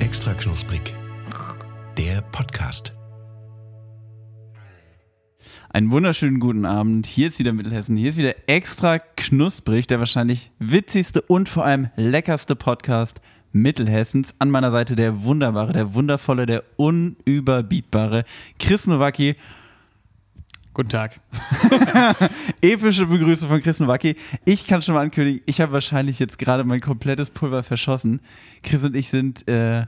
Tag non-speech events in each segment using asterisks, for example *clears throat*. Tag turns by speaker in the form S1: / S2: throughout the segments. S1: Extra knusprig. Der Podcast.
S2: Einen wunderschönen guten Abend. Hier ist wieder Mittelhessen. Hier ist wieder extra knusprig, der wahrscheinlich witzigste und vor allem leckerste Podcast Mittelhessens. An meiner Seite der wunderbare, der wundervolle, der unüberbietbare Chris Nowacki.
S3: Guten Tag.
S2: Epische Begrüße von Chris Nowacki. Ich kann schon mal ankündigen, ich habe wahrscheinlich jetzt gerade mein komplettes Pulver verschossen. Chris und ich sind. Äh,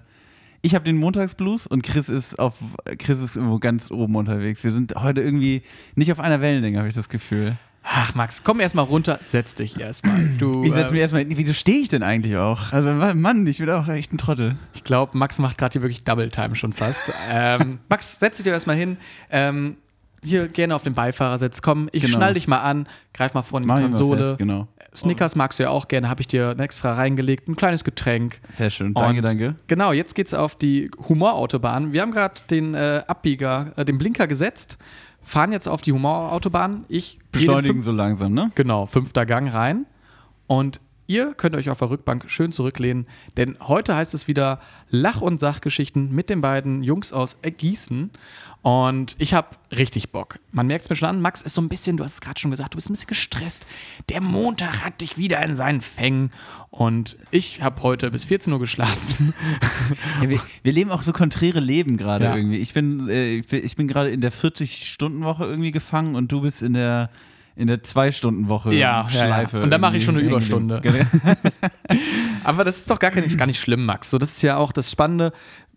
S2: ich habe den Montagsblues und Chris ist auf Chris ist irgendwo ganz oben unterwegs. Wir sind heute irgendwie nicht auf einer Wellenlänge, habe ich das Gefühl.
S3: Ach, Max, komm erstmal runter, setz dich erstmal. Du,
S2: Ich setze mich
S3: äh,
S2: erstmal hin. Wieso stehe ich denn eigentlich auch? Also, Mann, ich bin auch echt ein Trottel.
S3: ich glaube, Max macht gerade hier wirklich Double Time schon fast. ähm, Max, setz dich doch erstmal hin. Ähm, hier gerne auf den Beifahrersitz. Komm, ich
S2: Genau.
S3: schnall dich mal an, greif mal vorne in
S2: Mach
S3: die
S2: ich mal
S3: Konsole.
S2: fest, genau.
S3: Snickers magst du ja auch gerne, habe ich dir extra reingelegt. Ein kleines Getränk.
S2: Sehr schön. Danke,
S3: Und
S2: danke.
S3: Genau, jetzt geht's auf die Humorautobahn. Wir haben gerade den äh, Abbieger, äh, den Blinker gesetzt, fahren jetzt auf die Humorautobahn. Ich gehe den
S2: Beschleunigen so langsam, ne?
S3: Genau, fünfter Gang rein. Und ihr könnt euch auf der Rückbank schön zurücklehnen, denn heute heißt es wieder Lach- und Sachgeschichten mit den beiden Jungs aus Gießen. Und ich habe richtig Bock. Man merkt es mir schon an, Max ist so ein bisschen, du hast es gerade schon gesagt, du bist ein bisschen gestresst. Der Montag hat dich wieder in seinen Fängen. Und ich habe heute bis 14 Uhr geschlafen.
S2: Ja, wir, wir leben auch so konträre Leben gerade
S3: Ja.
S2: irgendwie. Ich bin, äh, ich bin- ich bin gerade in der 40-Stunden-Woche irgendwie gefangen und du bist in der in der Zwei-Stunden-Woche
S3: Ja, ja,
S2: Schleife.
S3: ja. Und dann mach ich
S2: irgendwie
S3: schon eine
S2: hängen
S3: Überstunde. *laughs*
S2: geblieben. Genau.
S3: Aber das ist doch gar, kein, gar nicht schlimm, Max. So, das ist ja auch das Spannende.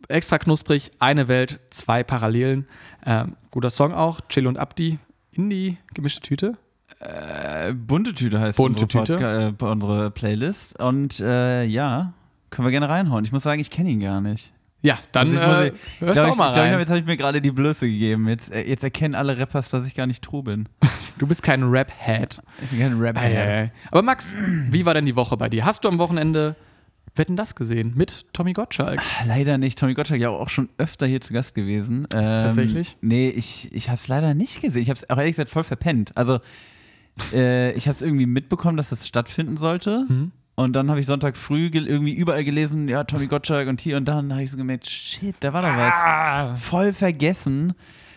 S3: Extra knusprig, eine Welt, zwei Parallelen. Ähm, guter Song auch, Chill und Abdi, Indie, gemischte Tüte.
S2: Äh, Bunte Tüte heißt
S3: Bunte
S2: unsere,
S3: Tüte.
S2: Podca- äh, unsere Playlist. Und äh, ja, können wir gerne reinhauen. Ich muss sagen, ich kenne ihn gar nicht.
S3: Ja,
S2: Also
S3: dann
S2: ich muss-
S3: äh,
S2: ich glaub,
S3: hörst du auch
S2: ich,
S3: mal
S2: ich glaub, ich hab-
S3: rein.
S2: jetzt habe ich mir gerade die Blöße gegeben. Jetzt, äh, jetzt erkennen alle Rappers, dass ich gar nicht true bin.
S3: Du bist kein Rap-Head. Äh,
S2: Ich bin kein Rapper.
S3: Aber Max, wie war denn die Woche bei dir? Hast du am Wochenende Wetten das gesehen mit Tommy Gottschalk?
S2: Leider nicht. Tommy Gottschalk ja auch schon öfter hier zu Gast gewesen. Ähm,
S3: Tatsächlich?
S2: Nee, ich, ich habe es leider nicht gesehen. Ich habe es auch ehrlich gesagt voll verpennt. Also, äh, ich habe es irgendwie mitbekommen, dass das stattfinden sollte.
S3: Hm.
S2: Und dann habe ich Sonntag früh gel- irgendwie überall gelesen, ja, Tommy Gottschalk und hier und da. Und dann habe ich so gemerkt, shit, da war doch
S3: Ah.
S2: was. Voll vergessen.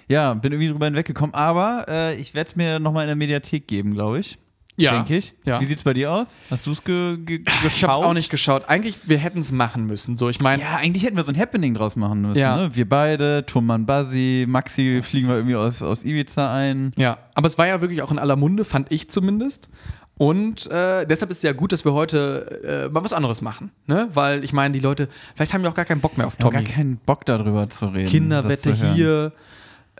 S2: Ja, bin irgendwie drüber hinweggekommen. Aber äh, ich werde es mir nochmal in der Mediathek geben, glaube ich.
S3: Ja.
S2: Denke ich.
S3: Ja.
S2: Wie sieht es bei dir aus? Hast du es ge ge geschaut?
S3: Ich hab's auch nicht geschaut. Eigentlich, wir hätten es machen müssen. So, ich meine,
S2: Ja, eigentlich hätten wir so ein Happening draus machen müssen.
S3: Ja.
S2: Ne? Wir beide, Thomann Bassi, Maxi fliegen wir irgendwie aus, aus Ibiza ein.
S3: Ja, aber es war ja wirklich auch in aller Munde, fand ich zumindest. Und äh, deshalb ist es ja gut, dass wir heute äh, mal was anderes machen. Ne? Weil ich meine, die Leute, vielleicht haben ja auch gar keinen Bock mehr auf
S2: Ich habe
S3: Tommy.
S2: gar keinen Bock darüber zu reden.
S3: Kinderwette
S2: das zu hören.
S3: hier,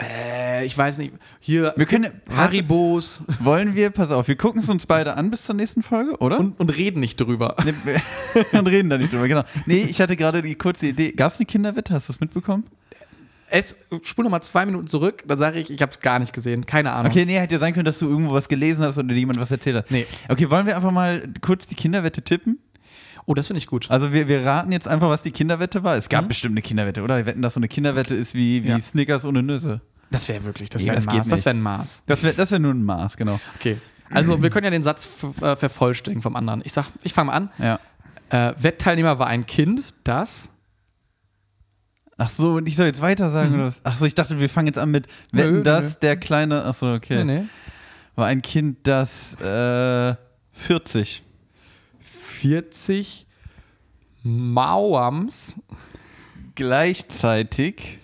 S3: äh, ich weiß nicht, hier
S2: Wir können,
S3: *laughs* Haribos
S2: wollen wir, pass auf, wir gucken es uns beide an bis zur nächsten Folge, *laughs* oder?
S3: und, und reden
S2: *laughs*
S3: nicht drüber.
S2: Nee, *laughs* und reden da nicht drüber, genau. Nee, ich hatte gerade die kurze Idee. Gab es eine Kinderwette? Hast du es mitbekommen?
S3: Es, spul nochmal zwei Minuten zurück, da sage ich, ich habe es gar nicht gesehen, keine Ahnung.
S2: Okay, nee, hätte ja sein können, dass du irgendwo was gelesen hast oder jemand was erzählt hat.
S3: Nee.
S2: Okay, wollen wir einfach mal kurz die Kinderwette tippen?
S3: Oh, das finde ich gut.
S2: Also wir, wir raten jetzt einfach, was die Kinderwette war. Es gab
S3: Mhm.
S2: bestimmt eine Kinderwette, oder? Wir wetten, dass so eine Kinderwette ist wie, wie
S3: Ja.
S2: Snickers ohne Nüsse.
S3: Das wäre wirklich, das
S2: Nee,
S3: wäre ein
S2: das geht
S3: Maß. Das
S2: nicht.
S3: wäre ein Maß.
S2: Das wäre das wär nur ein Maß, genau.
S3: Okay. Also, wir können ja den Satz f- äh, vervollständigen vom anderen. Ich sag, ich fange mal an.
S2: Ja.
S3: Äh, Wettteilnehmer war ein Kind, das.
S2: Ach so, und ich soll jetzt weiter sagen oder was? Ach so, ich dachte, wir fangen jetzt an mit
S3: Mhm. Nö,
S2: Wetten,
S3: nö,
S2: das
S3: nö.
S2: der kleine, ach so, okay.
S3: Nee, nee.
S2: War ein Kind, das äh, 40.
S3: 40 Mauams
S2: Gleichzeitig.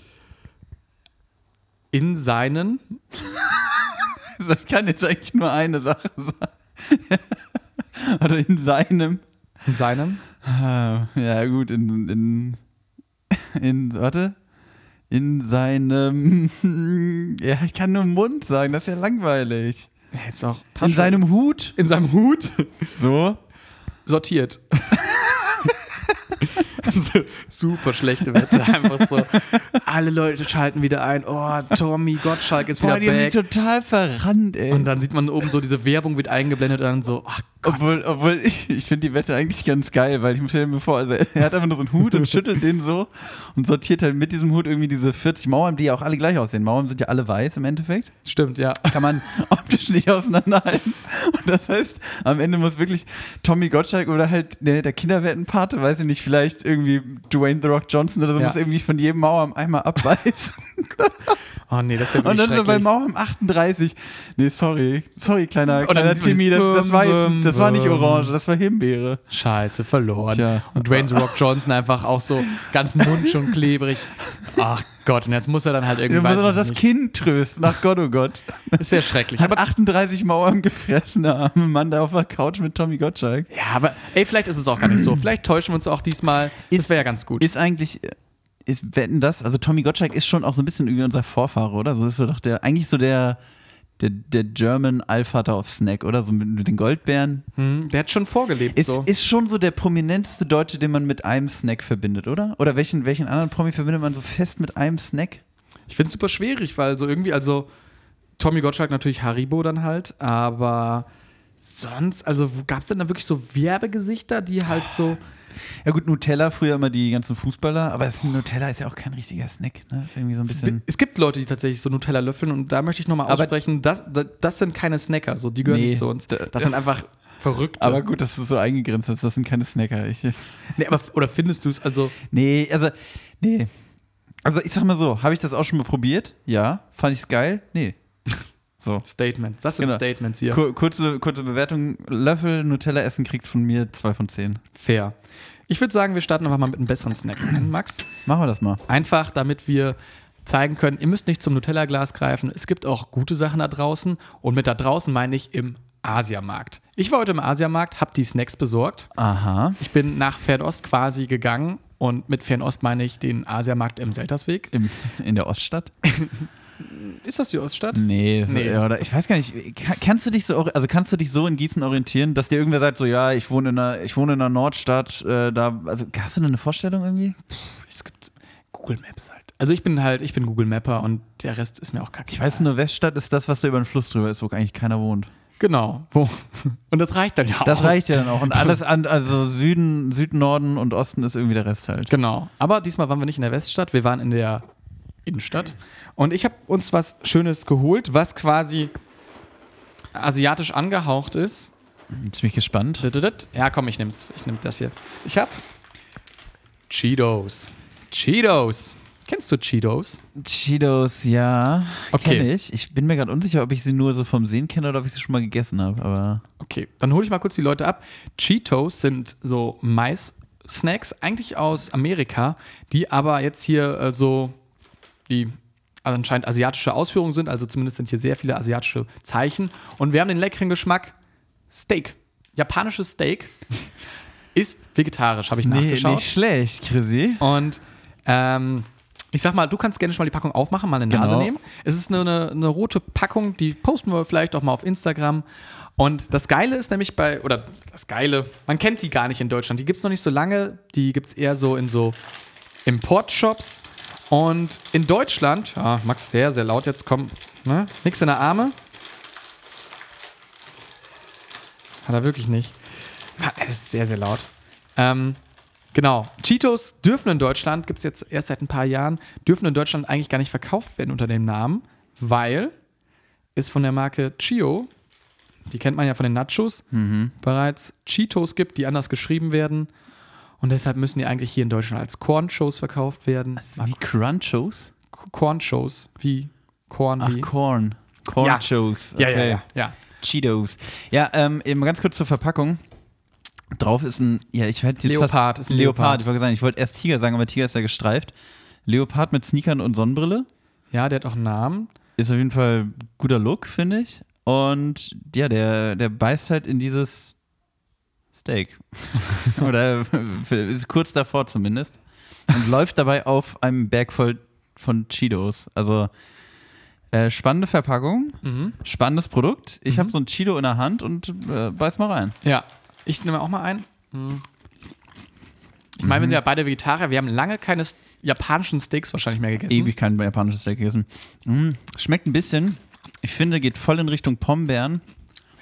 S2: *laughs*
S3: in seinen.
S2: Das kann jetzt eigentlich nur eine Sache sein. *laughs* oder in seinem.
S3: In seinem.
S2: Ah, *laughs* Ja, gut, in, in, in, warte, in seinem, *laughs* ja, ich kann nur Mund sagen, das ist ja langweilig.
S3: Ja, Jetzt auch
S2: In seinem Hut.
S3: in seinem Hut
S2: So.
S3: sortiert. So, *laughs* Super schlechte Wette, einfach so. Alle Leute schalten wieder ein. Oh, Tommy Gottschalk ist
S2: Boah,
S3: wieder
S2: die sind
S3: back.
S2: total verrannt, ey.
S3: Und dann sieht man oben so diese Werbung wird eingeblendet und dann so, ach
S2: Obwohl, obwohl *laughs* ich, ich finde die Wette eigentlich ganz geil, weil ich mir stelle mir vor, also er hat einfach nur so einen Hut und schüttelt den so und sortiert halt mit diesem Hut irgendwie diese 40 Mauern, die ja auch alle gleich aussehen. Mauern sind ja alle weiß im Endeffekt.
S3: Stimmt, ja.
S2: Kann man *laughs* optisch nicht auseinanderhalten. Und das heißt, am Ende muss wirklich Tommy Gottschalk oder halt ne, der Kinderwettenpate, weiß ich nicht, vielleicht irgendwie Dwayne The Rock Johnson oder so,
S3: Ja.
S2: muss irgendwie von jedem Mauern einmal
S3: *laughs*
S2: abweisen.
S3: Oh nee, das wäre
S2: Und
S3: wirklich
S2: dann so bei
S3: schrecklich.
S2: Mauern 38. Nee, Ne, sorry. Sorry, kleiner,
S3: Und dann
S2: kleiner
S3: sieht man
S2: Timmy. Das,
S3: das.
S2: das war jetzt, das war nicht
S3: Bum, Hm, bum.
S2: orange, das war Himbeere.
S3: Scheiße, verloren.
S2: Tja.
S3: Und Dwayne The Rock Johnson einfach auch so ganz Mund schon klebrig. Ach Gott, und jetzt muss er dann halt
S2: Du
S3: irgendwie.
S2: musst
S3: Weiß
S2: doch
S3: ich
S2: das
S3: nicht.
S2: Kind trösten. Ach Gott, oh Gott.
S3: Das wäre schrecklich.
S2: Hat
S3: Aber,
S2: 38 Mauern gefressen, der arme Mann da auf der Couch mit Tommy Gottschalk.
S3: ja, aber ey, vielleicht ist es auch gar nicht so.
S2: *clears throat*
S3: Vielleicht täuschen wir uns auch diesmal. Das
S2: Ist-
S3: wäre ja ganz gut.
S2: Ist eigentlich, äh, ist wetten das? Also Tommy Gottschalk ist schon auch so ein bisschen irgendwie unser Vorfahre, oder? So ist er doch der, eigentlich so der, der, der German Allvater auf Snack, oder? So mit, mit den Goldbären.
S3: Hm, der hat schon vorgelebt.
S2: Ist,
S3: so.
S2: ist schon so der prominenteste Deutsche, den man mit einem Snack verbindet, oder? Oder welchen, welchen anderen Promi verbindet man so fest mit einem Snack?
S3: Ich finde es super schwierig, weil so irgendwie, also Tommy Gottschalk natürlich Haribo dann halt, aber sonst, also gab es denn da wirklich so Werbegesichter, die halt so.
S2: Ja gut, Nutella, früher immer die ganzen Fußballer, aber es, Nutella ist ja auch kein richtiger Snack, ne? Ist irgendwie so ein bisschen...
S3: Es gibt Leute, die tatsächlich so Nutella löffeln und da möchte ich nochmal
S2: Aber-
S3: aussprechen, das, das, das sind keine Snacker, so die gehören
S2: Nee.
S3: nicht zu uns. Das sind einfach Verrückte.
S2: Aber gut, dass du so eingegrenzt hast, das sind keine Snacker. Ich,
S3: nee, aber oder findest du es? Also,
S2: nee, also, nee. Also ich sag mal so, habe ich das auch schon mal probiert? Ja. Fand ich's geil? Nee. *laughs* So.
S3: Statements. Das sind
S2: Genau.
S3: Statements hier.
S2: Kur kurze, kurze Bewertung, Löffel Nutella essen kriegt von mir 2 von 10.
S3: Fair. Ich würde sagen, wir starten einfach mal mit einem besseren Snack, Max.
S2: Machen wir das mal.
S3: Einfach, damit wir zeigen können, ihr müsst nicht zum Nutella-Glas greifen. Es gibt auch gute Sachen da draußen. Und mit da draußen meine ich im Asiamarkt. Ich war heute im Asiamarkt, habe die Snacks besorgt.
S2: Aha.
S3: Ich bin nach Fernost quasi gegangen. Und mit Fernost meine ich den Asiamarkt im Seltersweg.
S2: Im, in der Oststadt?
S3: Ist das die
S2: *laughs*
S3: Oststadt?
S2: Nee, so-
S3: Nee.
S2: ja, oder ich weiß gar nicht, kann, kannst du dich so ori- also kannst du dich so in Gießen orientieren, dass dir irgendwer sagt so ja, ich wohne in einer ich wohne in einer Nordstadt, äh, da also hast du denn eine Vorstellung irgendwie?
S3: Es gibt Google Maps halt. Also ich bin halt, ich bin Google Mapper und der Rest ist mir auch kacke.
S2: Ich weiß nur Weststadt ist das, was da über den Fluss drüber ist, wo eigentlich keiner wohnt.
S3: Genau. Wo? *laughs* Und das reicht dann ja auch.
S2: Das reicht ja dann auch und
S3: *laughs*
S2: alles an also Süden, Süden, Norden und Osten ist irgendwie der Rest halt.
S3: Genau. Aber diesmal waren wir nicht in der Weststadt, wir waren in der Innenstadt. Und ich habe uns was Schönes geholt, was quasi asiatisch angehaucht ist.
S2: Jetzt bin ich gespannt.
S3: Düdüdüt. Ja, komm, ich nehm's. Ich nehm das hier. Ich habe Cheetos. Cheetos. Kennst du Cheetos?
S2: Cheetos, ja,
S3: Okay.
S2: kenne ich. Ich bin mir gerade unsicher, ob ich sie nur so vom Sehen kenne oder ob ich sie schon mal gegessen habe, aber
S3: Okay, dann hole ich mal kurz die Leute ab. Cheetos sind so Mais-Snacks, eigentlich aus Amerika, die aber jetzt hier äh, so die anscheinend asiatische Ausführungen sind. Also zumindest sind hier sehr viele asiatische Zeichen. Und wir haben den leckeren Geschmack Steak. Japanisches Steak ist vegetarisch, habe ich nachgeschaut.
S2: nicht schlecht, Chrissy.
S3: Und ähm, ich sag mal, du kannst gerne schon mal die Packung aufmachen, mal eine Nase
S2: Genau.
S3: nehmen. Es ist eine, eine, eine rote Packung, die posten wir vielleicht auch mal auf Instagram. Und das Geile ist nämlich bei, oder das Geile, man kennt die gar nicht in Deutschland. Die gibt es noch nicht so lange. Die gibt es eher so in so Importshops. Und in Deutschland, ja, Max, sehr, sehr laut jetzt, komm, ne? nix in der Arme. Hat er wirklich nicht. Mann, Es ist sehr, sehr laut. Ähm, genau. Cheetos dürfen in Deutschland, gibt es jetzt erst seit ein paar Jahren, dürfen in Deutschland eigentlich gar nicht verkauft werden unter dem Namen, weil es von der Marke Chio, die kennt man ja von den Nachos, bereits Cheetos gibt, die anders geschrieben werden. Und deshalb müssen die eigentlich hier in Deutschland als Corn-Shows verkauft werden.
S2: Wie Crunchos?
S3: Corn-Shows, wie Corn,
S2: Ach,
S3: wie.
S2: Corn. Corn
S3: Ja.
S2: Chews.
S3: Ja, ja, ja, ja.
S2: Cheetos. Ja, ähm, eben ganz kurz zur Verpackung. Drauf ist ein, ja, ich hätte jetzt
S3: Leopard,
S2: fast,
S3: ist ein
S2: Leopard.
S3: Leopard.
S2: Ich wollte sagen, ich wollte erst Tiger sagen, aber Tiger ist ja gestreift. Leopard mit Sneakern und Sonnenbrille.
S3: Ja, der hat auch einen Namen.
S2: Ist auf jeden Fall guter Look, finde ich. Und ja, der, der beißt halt in dieses Steak. *laughs* Oder ist kurz davor zumindest. Und läuft dabei auf einem Berg voll von Cheetos. Also äh, spannende Verpackung.
S3: Mhm.
S2: Spannendes Produkt. Ich
S3: Mhm.
S2: habe so ein Chido in der Hand und äh, beiß mal rein.
S3: Ja, ich nehme auch mal ein.
S2: Hm.
S3: Ich meine,
S2: Mhm.
S3: wir sind ja beide Vegetarier. Wir haben lange keine s- japanischen Steaks wahrscheinlich mehr gegessen.
S2: Ewig kein Mhm. japanisches Steak gegessen. Mm, schmeckt ein bisschen. Ich finde, geht voll in Richtung Pombeeren.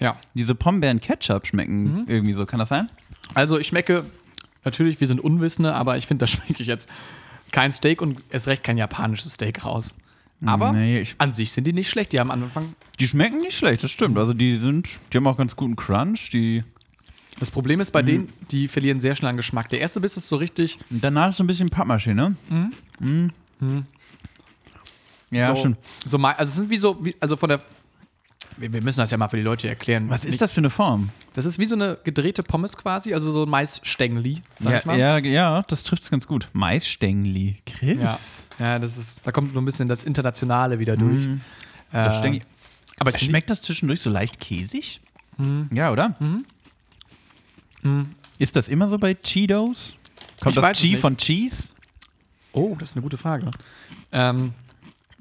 S3: Ja.
S2: Diese Pombeeren Ketchup schmecken irgendwie so. Kann das sein?
S3: Also ich schmecke, natürlich, wir sind Unwissende, aber ich finde, da *laughs* schmecke ich jetzt kein Steak und erst recht kein japanisches Steak raus. Aber
S2: Nee, ich-
S3: an sich sind die nicht schlecht. Die haben am Anfang.
S2: Die schmecken nicht schlecht, das stimmt. Also die sind, die haben auch ganz guten Crunch. Die
S3: Das Problem ist bei
S2: Mhm.
S3: denen, die verlieren sehr schnell an Geschmack. Der erste Biss ist so richtig.
S2: danach ist so ein bisschen Pappmaschine. Mhm. Ja,
S3: Mhm. so,
S2: stimmt.
S3: So, mal- also es sind wie so, wie, also von der. Wir, wir müssen das ja mal für die Leute erklären.
S2: Was ist das für eine Form?
S3: Das ist wie so eine gedrehte Pommes quasi, also so ein Maisstängli, sag ich mal.
S2: ja, ja, das trifft es ganz gut. Maisstängli. Chris.
S3: Ja. ja, das ist, da kommt so ein bisschen das Internationale wieder durch.
S2: Mhm.
S3: äh,
S2: Das Stängli.
S3: Aber ich schmeckt.
S2: Schmeckt das zwischendurch so leicht käsig?
S3: Mhm.
S2: Ja, oder? Ist das immer so bei Cheetos? Kommt
S3: Ich
S2: das
S3: weiß es
S2: Chi
S3: nicht.
S2: von Cheese?
S3: Oh, das ist eine gute Frage. Ähm,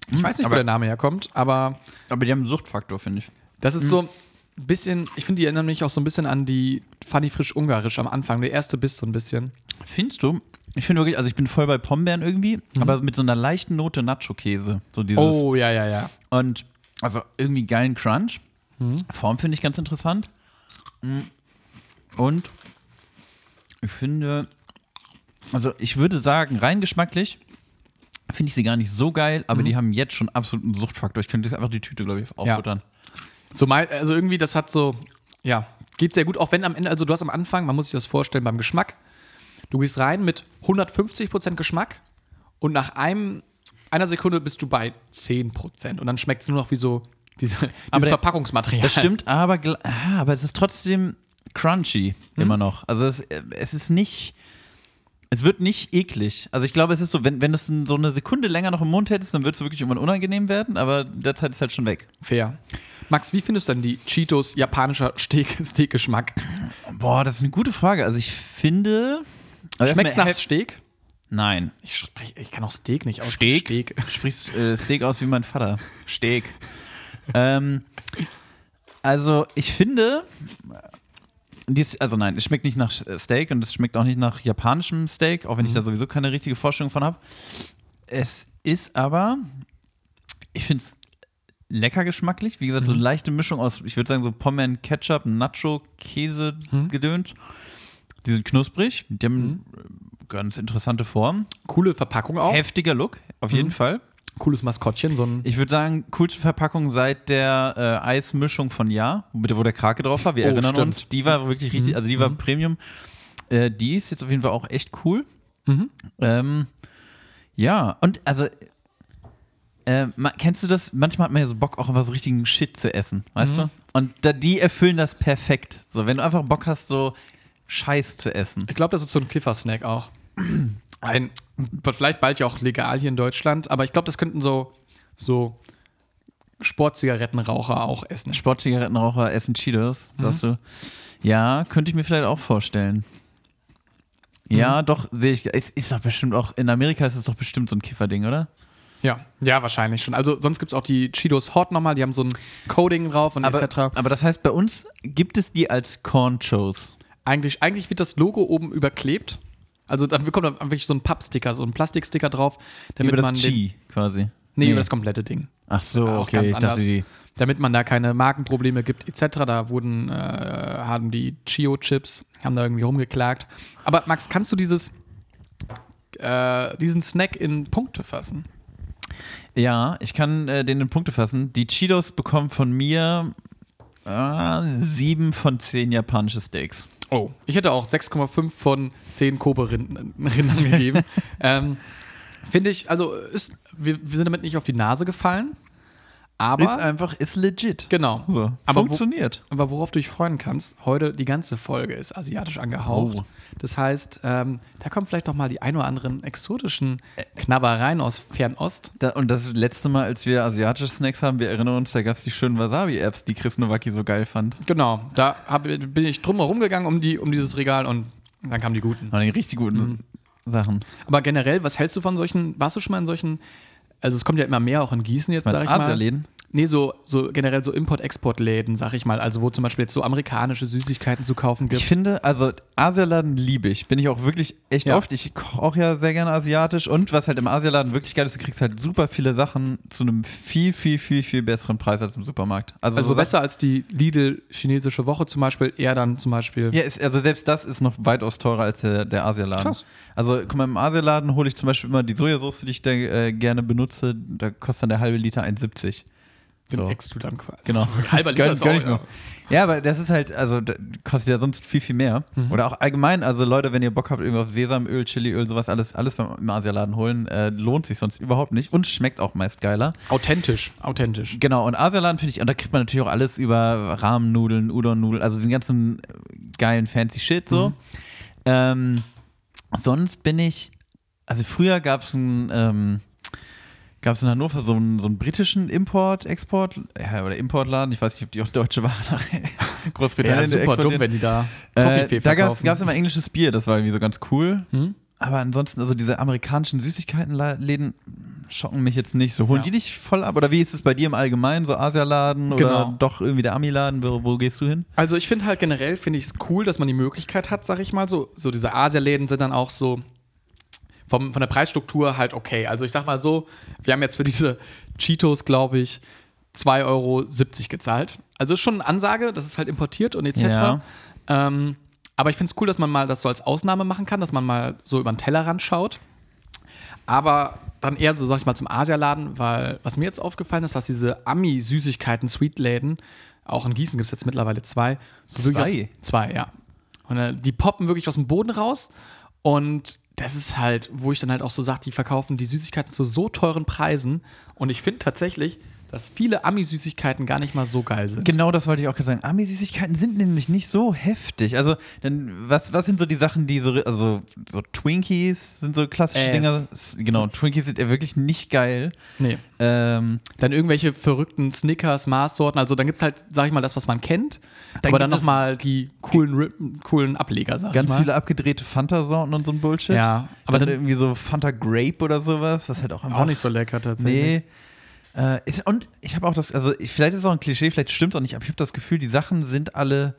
S3: ich weiß
S2: Mhm.
S3: nicht,
S2: aber-
S3: wo der Name herkommt, aber
S2: Aber die haben einen Suchtfaktor, finde ich.
S3: das ist so ein bisschen, ich finde, die erinnern mich auch so ein bisschen an die Funny Frisch Ungarisch am Anfang. Der erste Biss so ein bisschen.
S2: Findest du? Ich finde wirklich, also ich bin voll bei Pombeeren irgendwie, aber mit so einer leichten Note Nacho-Käse. So dieses.
S3: Oh, ja, ja, ja.
S2: Und also irgendwie geilen Crunch. Form finde ich ganz interessant. Mm. Und ich finde, also ich würde sagen, rein geschmacklich finde ich sie gar nicht so geil, aber die haben jetzt schon absoluten Suchtfaktor. Ich könnte einfach die Tüte, glaube ich, auffuttern.
S3: So mei- also irgendwie, das hat so, ja, geht sehr gut. Auch wenn am Ende, also du hast am Anfang, man muss sich das vorstellen, beim Geschmack, du gehst rein mit 150% Geschmack und nach einem, einer Sekunde bist du bei 10%. Und dann schmeckt es nur noch wie so diese, *laughs* dieses
S2: der-
S3: Verpackungsmaterial.
S2: Das stimmt, aber, gl- ah, aber es ist trotzdem crunchy
S3: Hm?
S2: immer noch. Also es, äh, es ist nicht. Es wird nicht eklig. Also ich glaube, es ist so, wenn, wenn du es n- so eine Sekunde länger noch im Mund hättest, dann würde es wirklich irgendwann unangenehm werden, aber der Zeit ist halt schon weg.
S3: Fair. Max, wie findest du denn die Cheetos japanischer Steak- *laughs* Steak-Geschmack?
S2: Boah, das ist eine gute Frage. Also ich finde. Also
S3: Schmeckt es
S2: erstmal
S3: nach
S2: Hälf-
S3: Steak?
S2: Nein.
S3: Ich, sprech- ich kann auch Steak nicht aus.
S2: Steak? Du sprichst äh, Steak aus wie mein Vater. Steak. ähm, also ich finde. Dies, also nein, es schmeckt nicht nach äh, Steak und es schmeckt auch nicht nach japanischem Steak, auch wenn ich da sowieso keine richtige Vorstellung von habe. Es ist aber, ich finde es lecker geschmacklich. Wie gesagt, so eine leichte Mischung aus, ich würde sagen, so Pommes, Ketchup, Nacho, Käse gedönt. Die sind knusprig, die haben äh, ganz interessante Form.
S3: Coole Verpackung auch.
S2: Heftiger Look, auf jeden
S3: Mhm.
S2: Fall.
S3: Cooles Maskottchen, so ein.
S2: Ich würde sagen, coolste Verpackung seit der äh, Eismischung von Ja, mit- wo der Krake drauf war. Wir
S3: Oh,
S2: erinnern
S3: stimmt. Mhm.
S2: uns, die war wirklich richtig, also die war Premium. Äh, die ist jetzt auf jeden Fall auch echt cool.
S3: Mhm.
S2: Ähm, ja, und also, äh, ma- kennst du das? Manchmal hat man ja so Bock, auch einfach so richtigen Shit zu essen,
S3: Mhm.
S2: weißt du? Und da, die erfüllen das perfekt. So, wenn du einfach Bock hast, so Scheiß zu essen.
S3: Ich glaube, das ist so ein Kiffersnack auch. Ein, vielleicht bald ja auch legal hier in Deutschland, aber ich glaube, das könnten so, so Sportzigarettenraucher auch essen.
S2: Sportzigarettenraucher essen Cheetos,
S3: Mhm.
S2: sagst du? Ja, könnte ich mir vielleicht auch vorstellen. Ja,
S3: Mhm.
S2: doch, sehe ich. Es ist doch bestimmt auch, in Amerika ist es doch bestimmt so ein Kifferding, oder?
S3: Ja, ja, wahrscheinlich schon. Also sonst gibt es auch die Cheetos Hot nochmal, die haben so ein Coding drauf und etc.
S2: aber das heißt, bei uns gibt es die als Cornchos.
S3: Eigentlich, eigentlich wird das Logo oben überklebt. Also dann bekommt man wirklich so einen Pappsticker, so einen Plastiksticker drauf, damit
S2: Über
S3: man
S2: das
S3: den,
S2: Chi quasi.
S3: nee, über das komplette Ding.
S2: Ach so,
S3: Ah, auch
S2: okay,
S3: ganz
S2: ich dachte,
S3: anders.
S2: die.
S3: damit man da keine Markenprobleme gibt etc. Da wurden, äh, haben die Chio-Chips, haben da irgendwie rumgeklagt. Aber Max, kannst du dieses, äh, diesen Snack in Punkte fassen?
S2: Ja, ich kann äh, den in Punkte fassen. Die Cheetos bekommen von mir äh, sieben von zehn japanische Steaks.
S3: Oh. Ich hätte auch 6,5 von 10 Kobe-Rindern Rindern
S2: *laughs*
S3: gegeben. ähm, Finde ich, also ist, wir, wir sind damit nicht auf die Nase gefallen, aber...
S2: ist einfach, ist legit.
S3: genau.
S2: So,
S3: Aber wo-
S2: funktioniert.
S3: Aber worauf du dich freuen kannst, heute die ganze Folge ist asiatisch angehaucht.
S2: Oh.
S3: Das heißt, ähm, da kommen vielleicht noch mal die ein oder anderen exotischen äh, Knabbereien aus Fernost.
S2: Da, und das letzte Mal, als wir asiatische Snacks haben, wir erinnern uns, da gab es die schönen Wasabi-Apps, die Chris Nowacki so geil fand.
S3: Genau, da hab, bin ich drum herum gegangen um, die, um dieses Regal und dann kamen die guten.
S2: Waren die richtig guten
S3: Mhm.
S2: Sachen.
S3: Aber generell, was hältst du von solchen, warst du schon mal in solchen, also es kommt ja immer mehr auch in Gießen jetzt,
S2: Meinst
S3: sag
S2: du
S3: ich mal.
S2: Asialäden?
S3: Nee, so, so generell so Import-Export-Läden, sag ich mal. Also, wo zum Beispiel jetzt so amerikanische Süßigkeiten zu kaufen
S2: Ich
S3: gibt.
S2: finde, also Asialaden liebe ich. Bin ich auch wirklich echt
S3: Ja.
S2: oft. Ich koche auch ja sehr gerne asiatisch. Und was halt im Asialaden wirklich geil ist, du kriegst halt super viele Sachen zu einem viel, viel, viel, viel besseren Preis als im Supermarkt. Also,
S3: Also,
S2: so
S3: besser als die Lidl-chinesische Woche zum Beispiel, eher dann zum Beispiel.
S2: Ja, ist, also selbst das ist noch weitaus teurer als der, der Asialaden.
S3: Krass.
S2: Also guck mal, im Asialaden hole ich zum Beispiel immer die Sojasauce, die ich da äh, gerne benutze. Da kostet dann der halbe Liter 1,70.
S3: Den
S2: So.
S3: eckst du dann quasi.
S2: Genau.
S3: *laughs* Halber Liter
S2: Gönn-
S3: ist
S2: gönn
S3: auch,
S2: ich
S3: ja.
S2: mir. Ja, aber das ist halt, also da kostet ja sonst viel, viel mehr.
S3: Mhm.
S2: Oder auch allgemein, also Leute, wenn ihr Bock habt, irgendwie auf Sesamöl, Chiliöl, sowas, alles, alles beim im Asialaden holen, äh, lohnt sich sonst überhaupt nicht und schmeckt auch meist geiler.
S3: Authentisch, authentisch.
S2: Genau, und Asialaden finde ich, und da kriegt man natürlich auch alles über Rahmennudeln, Udon-Nudeln, also den ganzen äh, geilen fancy Shit so.
S3: Mhm.
S2: Ähm, sonst bin ich, also früher gab es ein, ähm, gab es in Hannover so einen, so einen britischen Import, Export, ja, oder Importladen, ich weiß nicht, ob die auch deutsche Ware nach *laughs*
S3: Wäre
S2: Großbritannien
S3: ja, super dumm,
S2: exportieren.
S3: wenn die da Toffifee
S2: also äh, Da gab
S3: verkaufen.
S2: es immer englisches Bier, das war irgendwie so ganz cool.
S3: Hm?
S2: Aber ansonsten, also diese amerikanischen Süßigkeitenläden schocken mich jetzt nicht so. Holen die
S3: Ja.
S2: dich voll ab? Oder wie ist es bei dir im Allgemeinen? So Asialaden
S3: Genau.
S2: oder doch irgendwie der Ami-Laden? Wo, wo gehst du hin?
S3: Also ich finde halt generell, finde ich es cool, dass man die Möglichkeit hat, sag ich mal so. So diese Asialäden sind dann auch so vom, von der Preisstruktur halt okay. Also ich sag mal so, wir haben jetzt für diese Cheetos, glaube ich, 2,70 Euro gezahlt. Also ist schon eine Ansage, das ist halt importiert und etc.
S2: Ja.
S3: Ähm, aber ich finde es cool, dass man mal das so als Ausnahme machen kann, dass man mal so über den Tellerrand schaut. Aber dann eher so, sag ich mal, zum Asialaden, weil was mir jetzt aufgefallen ist, dass diese Ami-Süßigkeiten, Sweetläden, auch in Gießen gibt es jetzt mittlerweile zwei. So wirklich Aus, zwei, ja. Und äh, die poppen wirklich aus dem Boden raus. Und das ist halt, wo ich dann halt auch so sage, die verkaufen die Süßigkeiten zu so teuren Preisen. Und ich finde tatsächlich, dass viele Ami-Süßigkeiten gar nicht mal so geil sind.
S2: Genau das wollte ich auch gerade sagen. Ami-Süßigkeiten sind nämlich nicht so heftig. Also, denn was, was sind so die Sachen, die so, also so Twinkies sind so klassische
S3: Äh,
S2: Dinger. Genau, Twinkies sind ja wirklich nicht geil.
S3: Nee.
S2: Ähm,
S3: Dann irgendwelche verrückten Snickers, Mars-Sorten. Also dann gibt es halt, sag ich mal, das, was man kennt.
S2: Dann
S3: aber dann
S2: gibt es-
S3: nochmal die coolen, Rip- coolen Ableger, sag ich
S2: ganz
S3: mal.
S2: viele abgedrehte Fanta-Sorten und so ein Bullshit.
S3: Ja, aber
S2: dann,
S3: dann-
S2: irgendwie so Fanta Grape oder sowas. Das ist halt auch einfach
S3: Auch nicht so lecker tatsächlich.
S2: Nee. Äh, ist, und ich habe auch das, also ich, vielleicht ist es auch ein Klischee, vielleicht stimmt es auch nicht, aber ich habe das Gefühl, die Sachen sind alle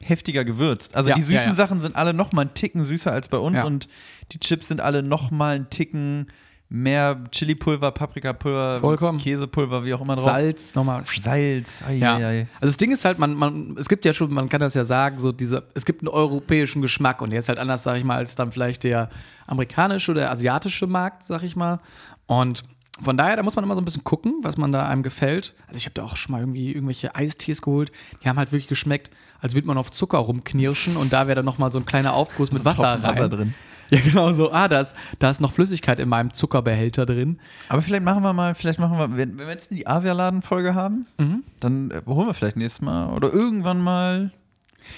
S2: heftiger gewürzt. Also
S3: Ja,
S2: die süßen
S3: ja, ja.
S2: Sachen sind alle noch mal einen Ticken süßer als bei uns
S3: Ja.
S2: und die Chips sind alle noch mal einen Ticken mehr Chili-Pulver, Paprikapulver,
S3: Vollkommen.
S2: Käsepulver, wie auch immer drauf.
S3: Salz nochmal.
S2: Salz. Ei,
S3: Ja.
S2: ei, ei.
S3: Also das Ding ist halt, man, man, es gibt ja schon, man kann das ja sagen, so diese, es gibt einen europäischen Geschmack und der ist halt anders, sag ich mal, als dann vielleicht der amerikanische oder asiatische Markt, sag ich mal. Und von daher, da muss man immer so ein bisschen gucken, was man da einem gefällt. Also ich habe da auch schon mal irgendwie irgendwelche Eistees geholt, die haben halt wirklich geschmeckt, als würde man auf Zucker rumknirschen und da wäre dann nochmal so ein kleiner Aufguss mit Wasser rein.
S2: Tropfen Wasser drin.
S3: Ja, genau so. Ah, da ist, da ist noch Flüssigkeit in meinem Zuckerbehälter drin.
S2: Aber vielleicht machen wir mal, vielleicht machen wir, wenn, wenn wir jetzt die Asialaden-Folge haben,
S3: Mhm.
S2: dann äh, holen wir vielleicht nächstes Mal oder irgendwann mal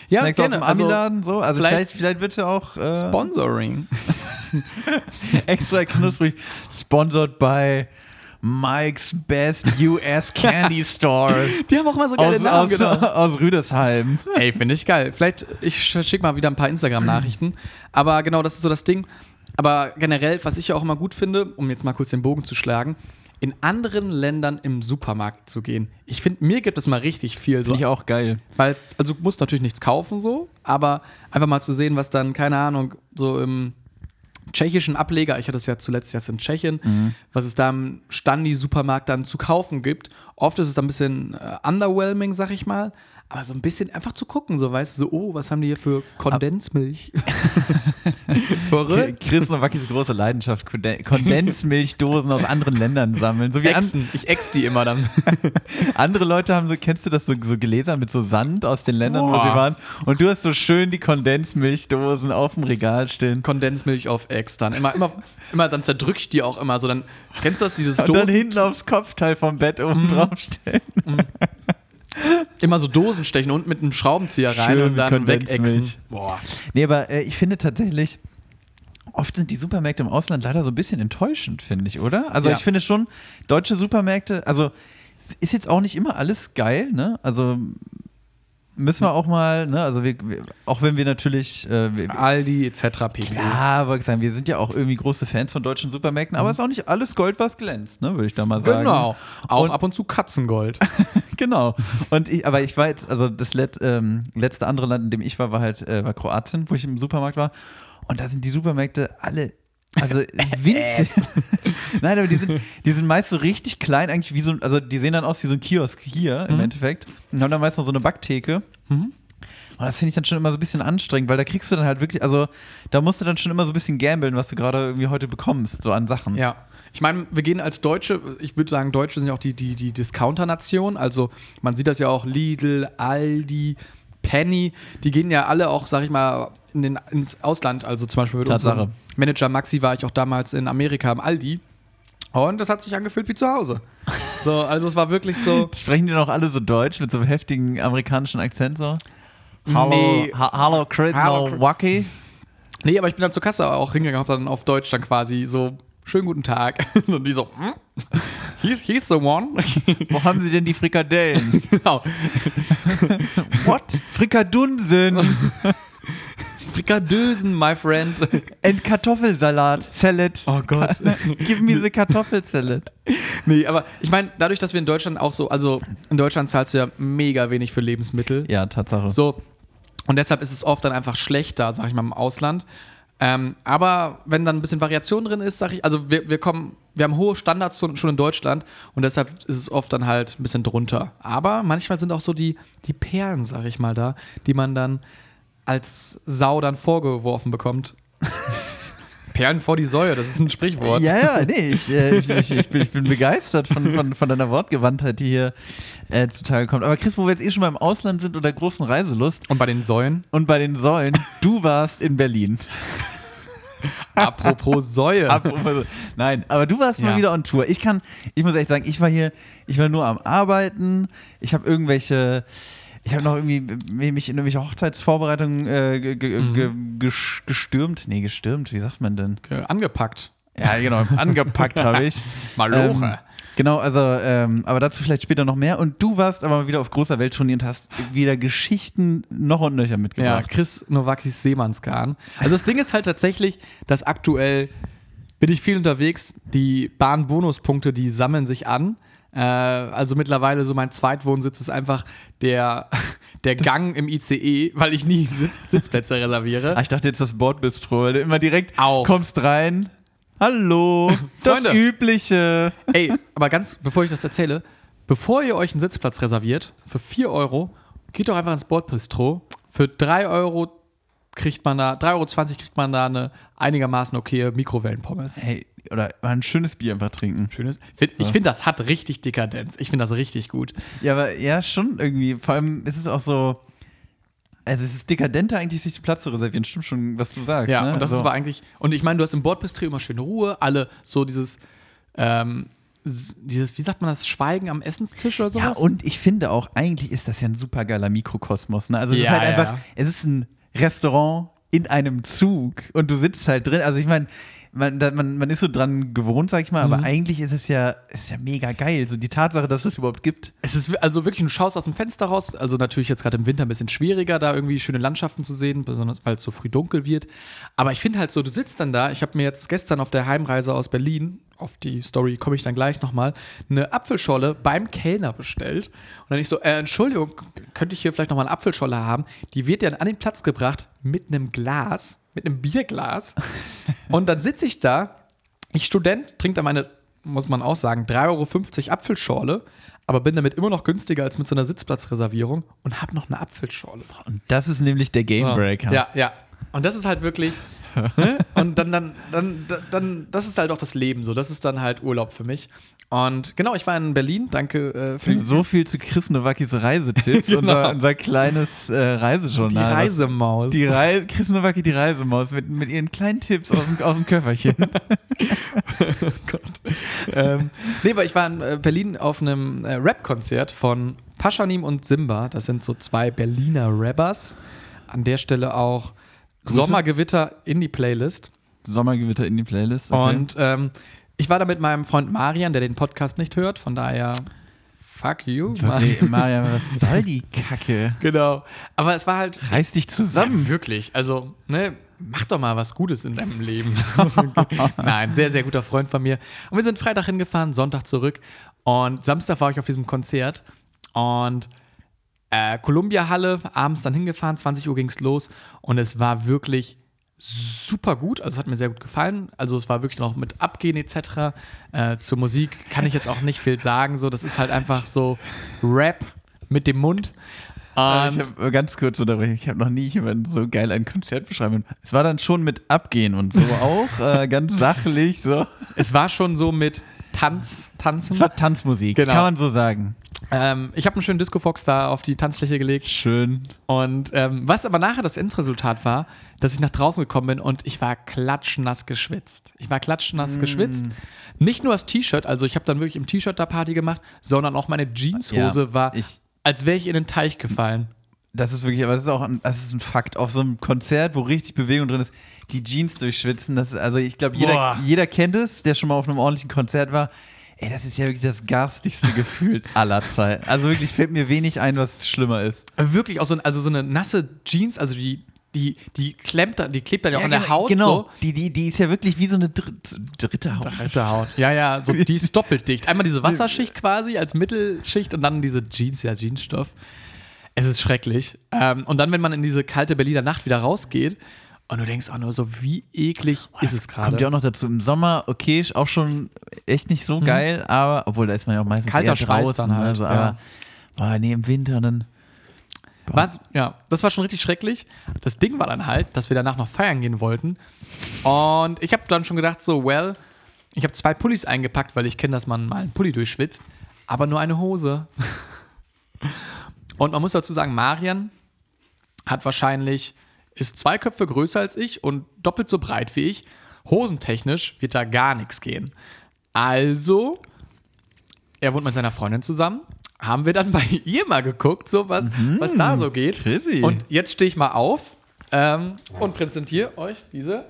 S3: Ja,
S2: Snacks aus dem Ami-Laden. so. also
S3: vielleicht-
S2: vielleicht, vielleicht wird ja auch äh,
S3: Sponsoring.
S2: *laughs* extra knusprig. Sponsored by Mike's Best US
S3: *laughs*
S2: Candy Store
S3: Die haben auch immer so geile
S2: aus,
S3: Namen, genau.
S2: aus, aus Rüdesheim.
S3: Ey, finde ich geil. Vielleicht, ich schicke mal wieder ein paar Instagram-Nachrichten. Aber genau, das ist so das Ding. Aber generell, was ich ja auch immer gut finde, um jetzt mal kurz den Bogen zu schlagen, in anderen Ländern im Supermarkt zu gehen. Ich finde, mir gibt es mal richtig viel. So,
S2: auch geil.
S3: weil's- also du musst natürlich nichts kaufen so, aber einfach mal zu sehen, was dann, keine Ahnung, so im tschechischen Ableger, ich hatte es ja zuletzt jetzt in Tschechien,
S2: Mhm.
S3: was es da im Standi-Supermarkt dann zu kaufen gibt. Oft ist es dann ein bisschen äh, underwhelming, sag ich mal. Aber so ein bisschen einfach zu gucken, so weißt du, so, oh, was haben die hier für
S2: *laughs*
S3: Kondensmilch? Verrückt.
S2: Chris Nowakis große Leidenschaft, Konde- Kondensmilchdosen aus anderen Ländern sammeln. So wie an,
S3: Exen. Ich ex die immer dann.
S2: andere Leute haben so, kennst du das, so, so Gläser mit so Sand aus den Ländern, wo
S3: Boah.
S2: sie waren. Und du hast so schön die Kondensmilchdosen auf dem Regal stehen.
S3: Kondensmilch auf Ex dann. Immer, immer, immer, dann zerdrück ich die auch immer. So, dann kennst du das, dieses
S2: Und dann
S3: Dosen-
S2: hinten aufs Kopfteil vom Bett oben drauf stellen.
S3: Immer so Dosen stechen und mit einem Schraubenzieher rein
S2: Schön
S3: und
S2: mit
S3: dann
S2: Kondensmilch.
S3: wegexen. Boah.
S2: Nee, aber äh, ich finde tatsächlich, oft sind die Supermärkte im Ausland leider so ein bisschen enttäuschend, finde ich, oder? Also
S3: Ja.
S2: ich finde schon, deutsche Supermärkte, also es ist jetzt auch nicht immer alles geil, ne? Also müssen wir auch mal, ne, also wir, wir, auch wenn wir natürlich, äh, wir,
S3: Aldi etc. pp.
S2: ja, wollte ich sagen, wir sind ja auch irgendwie große Fans von deutschen Supermärkten, aber es ist auch nicht alles Gold, was glänzt, ne, würde ich da mal sagen.
S3: Genau. Auch
S2: Und-
S3: ab und
S2: *laughs*
S3: zu Katzengold.
S2: Genau. Und ich, aber ich war jetzt, also das let, ähm, letzte andere Land, in dem ich war, war halt äh, war Kroatien, wo ich im Supermarkt war. Und da sind die Supermärkte alle, also winzig. *laughs* Nein, aber die sind, die sind meist so richtig klein, eigentlich wie so, ein- also die sehen dann aus wie so ein Kiosk hier im Endeffekt. Und haben dann meist noch so eine Backtheke. Und das finde ich dann schon immer so ein bisschen anstrengend, weil da kriegst du dann halt wirklich, also da musst du dann schon immer so ein bisschen gambeln, was du gerade irgendwie heute bekommst, so an Sachen.
S3: Ja. Ich meine, wir gehen als Deutsche, ich würde sagen, Deutsche sind ja auch die, die, die Discounter-Nation. Also man sieht das ja auch, Lidl, Aldi, Penny, die gehen ja alle auch, sag ich mal, in den, ins Ausland. Also zum Beispiel mit
S2: Tatsache.
S3: unserem Manager Maxi war ich auch damals in Amerika im Aldi. Und das hat sich angefühlt wie zu Hause. So, also es war wirklich
S2: *laughs*
S3: so.
S2: Sprechen die noch alle so deutsch mit so einem heftigen amerikanischen Akzent so?
S3: Nee.
S2: ha hallo Chris
S3: Hallo, Chris.
S2: Milwaukee.
S3: Nee, aber ich bin dann zur Kasse auch hingegangen, hab dann auf Deutsch dann quasi so, schönen guten Tag. *laughs* Und die so, hm? he's, he's the one. *laughs*
S2: Wo haben sie denn die Frikadellen?
S3: genau.
S2: *laughs* What? *laughs* Frikadunsen.
S3: Frikadösen, my friend.
S2: And Kartoffelsalat. Salad.
S3: Oh Gott.
S2: *laughs* Give me the Kartoffelsalad.
S3: Nee, aber ich meine, dadurch, dass wir in Deutschland auch so, also in Deutschland zahlst du ja mega wenig für Lebensmittel.
S2: Ja, Tatsache.
S3: So. Und deshalb ist es oft dann einfach schlechter, sag ich mal, im Ausland. Ähm, aber wenn dann ein bisschen Variation drin ist, sag ich, also wir, wir kommen, wir haben hohe Standards schon schon in Deutschland und deshalb ist es oft dann halt ein bisschen drunter. Aber manchmal sind auch so die, die Perlen, sag ich mal, da, die man dann als Sau dann vorgeworfen bekommt. *laughs* Perlen vor die Säue, das ist ein Sprichwort.
S2: Ja, ja, nee, ich, äh, ich, ich, ich, bin, ich bin begeistert von, von, von deiner Wortgewandtheit, die hier äh, zutage kommt. Aber Chris, wo wir jetzt eh schon mal im Ausland sind und der großen Reiselust
S3: Und bei
S2: *laughs*
S3: den Säuen?
S2: und bei den Säulen, du warst in Berlin.
S3: Apropos
S2: *laughs*
S3: Säue.
S2: Apropos- Nein, aber du warst
S3: Ja.
S2: mal wieder on Tour. Ich kann, ich muss echt sagen, ich war hier, ich war nur am Arbeiten. Ich habe irgendwelche, ich habe noch irgendwie mich in irgendwelche Hochzeitsvorbereitungen äh, ge, ge,
S3: Mhm.
S2: ge, gesch- gestürmt. Nee, gestürmt, wie sagt man denn?
S3: Äh, angepackt.
S2: Ja,
S3: *laughs*
S2: genau, angepackt habe ich.
S3: Maloche.
S2: Ähm, genau, also, ähm, aber dazu vielleicht später noch mehr. Und du warst aber mal wieder auf großer Welttournee und hast wieder Geschichten noch und nöcher
S3: ja,
S2: mitgebracht.
S3: Genau, Chris Nowakis Seemannskan. Also das Ding ist halt tatsächlich, dass aktuell bin ich viel unterwegs. Die Bahnbonuspunkte, die sammeln sich an. Äh, also mittlerweile so mein Zweitwohnsitz ist einfach der, *laughs* der Gang im ICE, weil ich nie Sitz, Sitzplätze reserviere.
S2: Ah, ich dachte jetzt das Bordbistro, weil du immer direkt
S3: Auf.
S2: kommst rein. *laughs* Hallo, das
S3: Freunde.
S2: Übliche.
S3: Ey, aber ganz, bevor ich das erzähle, bevor ihr euch einen Sitzplatz reserviert für 4 Euro, geht doch einfach ins Bordbistro. Für 3 Euro kriegt man da, 3,20 Euro kriegt man da eine einigermaßen okaye Mikrowellenpommes.
S2: Hey, oder mal ein schönes Bier einfach trinken.
S3: Schönes. Find, ich finde, das hat richtig Dekadenz. Ich finde das richtig gut.
S2: Ja, aber ja, schon irgendwie. Vor allem ist es auch so. Also, es ist dekadenter, eigentlich sich den Platz zu reservieren. Stimmt schon, was du sagst.
S3: Ja,
S2: ne?
S3: und das ist
S2: also,
S3: aber eigentlich. Und ich meine, du hast im Bordbistro immer schöne Ruhe, alle so dieses, ähm, s- dieses, wie sagt man das, Schweigen am Essenstisch oder
S2: Ja,
S3: sowas?
S2: und ich finde auch, eigentlich ist das ja ein super geiler Mikrokosmos. Ne? Also, es ist
S3: Ja,
S2: halt
S3: ja,
S2: einfach.
S3: ja.
S2: Es ist ein Restaurant in einem Zug und du sitzt halt drin. Also, ich meine. Man, da, man, man ist so dran gewohnt, sag ich mal, aber eigentlich ist es ja, ist ja mega geil. So die Tatsache, dass es das überhaupt gibt.
S3: Es ist wi- also wirklich, du schaust aus dem Fenster raus. Also natürlich jetzt gerade im Winter ein bisschen schwieriger, da irgendwie schöne Landschaften zu sehen, besonders weil es so früh dunkel wird. Aber ich finde halt so, du sitzt dann da. Ich habe mir jetzt gestern auf der Heimreise aus Berlin, auf die Story komme ich dann gleich nochmal, eine Apfelscholle beim Kellner bestellt. Und dann ich so, äh, Entschuldigung, könnte ich hier vielleicht nochmal eine Apfelscholle haben? Die wird dann an den Platz gebracht mit einem Glas, mit einem Bierglas. Und dann sitze ich da ich Student trinke da meine, muss man auch sagen, 3,50 Euro Apfelschorle, aber bin damit immer noch günstiger als mit so einer Sitzplatzreservierung und habe noch eine Apfelschorle.
S2: Und das ist nämlich der Game Breaker.
S3: Ja, ja. Und das ist halt wirklich. ne? Und dann, dann, dann, dann, das ist halt auch das Leben so. Das ist dann halt Urlaub für mich. Und genau, ich war in Berlin. Danke äh, für
S2: So viel zu Chris Nowakis Reisetipps, *laughs*
S3: Genau.
S2: unser, unser kleines äh, Reisejournal.
S3: die
S2: das-
S3: Reisemaus.
S2: Die Rei Chris Nowacki, die Reisemaus, mit, mit ihren kleinen Tipps aus dem, aus dem Köfferchen.
S3: ähm, nee, aber ich war in äh, Berlin auf einem äh, Rap-Konzert von Paschanim und Simba. Das sind so zwei Berliner Rappers. An der Stelle auch Sommergewitter in die Playlist.
S2: *laughs* Sommergewitter in die Playlist.
S3: Und ähm, ich war da mit meinem Freund Marian, der den Podcast nicht hört. Von daher fuck you.
S2: Wirklich, Marian, was soll die Kacke?
S3: *laughs* Genau. Aber es war halt
S2: Reiß dich zusammen.
S3: Ja, wirklich. Also, ne, mach doch mal was Gutes in
S2: *laughs*
S3: deinem Leben. *laughs* Nein, sehr, sehr guter Freund von mir. Und wir sind Freitag hingefahren, Sonntag zurück. Und Samstag war ich auf diesem Konzert. Und äh, Columbia Halle, abends dann hingefahren, 20 Uhr ging es los. Und es war wirklich super gut. Also, es hat mir sehr gut gefallen. Also, es war wirklich noch mit Abgehen etc. Äh, zur Musik kann ich jetzt auch nicht viel sagen. So, das ist halt einfach so Rap mit
S2: *laughs*
S3: dem Mund.
S2: Aber
S3: Und-
S2: Ah, ich habe ganz kurz unterbrechen. Ich habe noch nie jemanden so geil ein Konzert beschreiben. können. Es war dann schon mit Abgehen und so auch, äh, *laughs* ganz sachlich. So.
S3: Es war schon so mit Tanz, Tanzen.
S2: Es war Tanzmusik,
S3: Genau.
S2: kann man so sagen.
S3: Ähm, ich habe einen schönen Disco-Fox da auf die Tanzfläche gelegt.
S2: Schön.
S3: Und ähm, was aber nachher das Endresultat war, dass ich nach draußen gekommen bin und ich war klatschnass geschwitzt. Ich war klatschnass
S2: Mm.
S3: geschwitzt. Nicht nur das T-Shirt, also ich habe dann wirklich im T-Shirt da Party gemacht, sondern auch meine Jeanshose
S2: Ja,
S3: war,
S2: ich-
S3: als wäre ich in den Teich gefallen.
S2: Das ist wirklich, aber das ist auch ein, das ist ein Fakt. Auf so einem Konzert, wo richtig Bewegung drin ist, die Jeans durchschwitzen, das ist, also ich glaube, jeder,
S3: Boah.
S2: jeder kennt es, der schon mal auf einem ordentlichen Konzert war. Ey, das ist ja wirklich das garstigste *laughs* Gefühl aller Zeiten. Also wirklich fällt mir wenig ein, was schlimmer ist.
S3: Wirklich auch so, ein- also so eine nasse Jeans, also die, die, die klemmt dann, die klebt dann ja, auch an der
S2: genau,
S3: Haut
S2: Genau,
S3: so.
S2: die, die, die ist ja wirklich wie so eine dr dritte Haut.
S3: Dritte Haut. Ja, ja,
S2: *laughs*
S3: so, die ist doppelt dicht. Einmal diese Wasserschicht quasi als Mittelschicht und dann diese Jeans, ja, Jeansstoff. Es ist schrecklich. Ähm, und dann, wenn man in diese kalte Berliner Nacht wieder rausgeht und du denkst auch nur so, wie eklig ist es gerade.
S2: Oh, Kommt ja auch noch dazu. Im Sommer, okay, ist auch schon echt nicht so geil, aber obwohl da ist man ja auch meistens
S3: Kalter
S2: eher
S3: Schweiß
S2: draußen.
S3: dann halt,
S2: also,
S3: ja.
S2: aber boah, nee, im Winter dann.
S3: Was? Ja, das war schon richtig schrecklich. Das Ding war dann halt, dass wir danach noch feiern gehen wollten. Und ich habe dann schon gedacht, so, well, ich habe zwei Pullis eingepackt, weil ich kenne, dass man mal einen Pulli durchschwitzt, aber nur eine Hose. Und man muss dazu sagen, Marian hat wahrscheinlich, ist zwei Köpfe größer als ich und doppelt so breit wie ich. Hosentechnisch wird da gar nichts gehen. Also er wohnt mit seiner Freundin zusammen. Haben wir dann *laughs* bei ihr mal geguckt, so was, was da so geht.
S2: Chrissy.
S3: Und jetzt stehe ich mal auf ähm, und präsentiere euch diese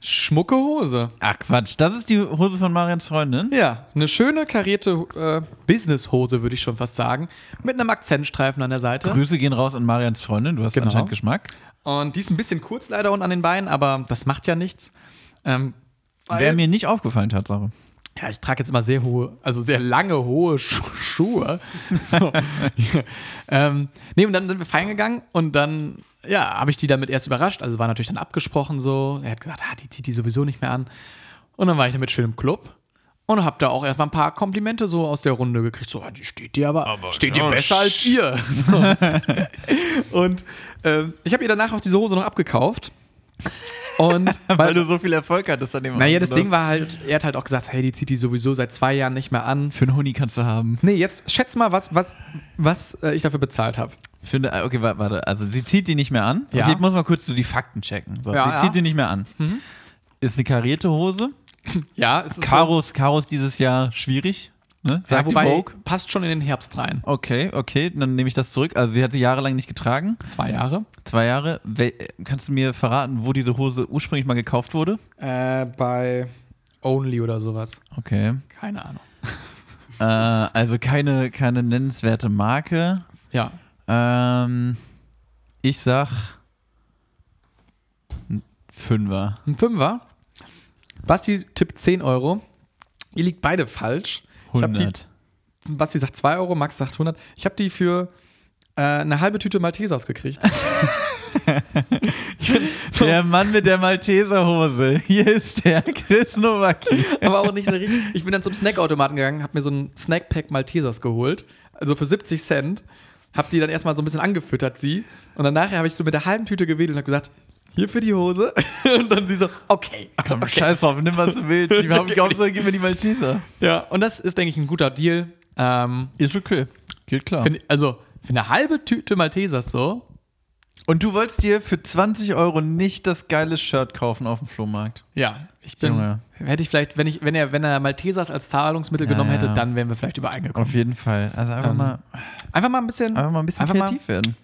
S3: schmucke Hose.
S2: Ach Quatsch, das ist die Hose von Marians Freundin.
S3: Ja, eine schöne karierte äh, Businesshose, würde ich schon fast sagen. Mit einem Akzentstreifen an der Seite.
S2: Grüße gehen raus an Marians Freundin, du hast
S3: Genau.
S2: anscheinend Geschmack.
S3: Und die ist ein bisschen kurz leider und an den Beinen, aber das macht ja nichts. Ähm,
S2: Wäre mir nicht aufgefallen, Tatsache.
S3: Ja, ich trage jetzt immer sehr hohe, also sehr lange, hohe Schu Schuhe. *laughs* ähm, nee, und dann sind wir feiern gegangen und dann, ja, habe ich die damit erst überrascht. Also war natürlich dann abgesprochen so. Er hat gesagt, ah, die zieht die sowieso nicht mehr an. Und dann war ich damit schön im Club und habe da auch erstmal ein paar Komplimente so aus der Runde gekriegt. So, ah, die steht dir aber, steht dir
S2: ja,
S3: besser als ihr. *laughs* und ähm, ich habe ihr danach auch diese Hose noch abgekauft. Und
S2: *laughs* Weil du so viel Erfolg hattest an dem
S3: naja,
S2: Abend,
S3: das
S2: oder?
S3: Ding war halt, er hat halt auch gesagt, hey, die zieht die sowieso seit zwei Jahren nicht mehr an.
S2: Für einen Honig kannst du haben.
S3: Nee, jetzt schätz mal, was, was, was äh, ich dafür bezahlt habe.
S2: Für eine, ah, okay, wa- warte. Also sie zieht die nicht mehr an.
S3: Ja.
S2: Okay, ich muss mal kurz so die Fakten checken. So,
S3: Ja, Mhm.
S2: sie
S3: ja.
S2: zieht die nicht mehr an. Ist eine karierte Hose.
S3: Ja, es ist
S2: Karos, Karos dieses Jahr schwierig. Ne?
S3: so, ja,
S2: Sagt
S3: wobei,
S2: die Vogue.
S3: passt schon in den Herbst rein.
S2: Okay, okay, dann nehme ich das zurück. Also sie hat sie jahrelang nicht getragen.
S3: Zwei Jahre.
S2: Zwei Jahre. Wel äh, kannst du mir verraten, wo diese Hose ursprünglich mal gekauft wurde?
S3: Äh, bei Only oder sowas.
S2: Okay.
S3: Keine Ahnung.
S2: Äh, also keine, keine nennenswerte Marke.
S3: Ja.
S2: Ähm, ich sag ein Fünfer.
S3: Ein Fünfer. Basti tippt 10 Euro. Ihr liegt beide falsch. Ich hab
S2: 100.
S3: die, Basti sagt 2 Euro, Max sagt 100. Ich habe die für äh, eine halbe Tüte Maltesers *laughs* gekriegt.
S2: Der Mann mit der Malteserhose. Hier ist der Chris Nowacki.
S3: aber auch nicht so richtig. Ich bin dann zum Snackautomaten gegangen, habe mir so ein Snackpack Maltesers geholt, also für 70 Cent. Hab die dann erstmal so ein bisschen angefüttert, sie. Und dann nachher habe ich so mit der halben Tüte gewedelt und hab gesagt, hier für die Hose. *laughs* Und dann sie so, okay.
S2: Komm, scheiß drauf, nimm was du willst. Ich hab gehofft, gib mir die Malteser.
S3: Ja, und das ist, denke ich, ein guter Deal. Ähm,
S2: Ist okay. Geht klar.
S3: für, also, für eine halbe Tüte Maltesers so.
S2: Und du wolltest dir für 20 Euro nicht das geile Shirt kaufen auf dem Flohmarkt.
S3: Ja, ich bin.
S2: Junge.
S3: Hätte ich vielleicht, wenn, ich, wenn, er, wenn er Maltesers als Zahlungsmittel
S2: Ja,
S3: genommen hätte,
S2: ja.
S3: dann wären wir vielleicht übereingekommen.
S2: Auf jeden Fall. Also einfach,
S3: Ähm,
S2: mal,
S3: Einfach mal ein bisschen.
S2: einfach mal ein bisschen
S3: einfach mal-
S2: kreativ werden.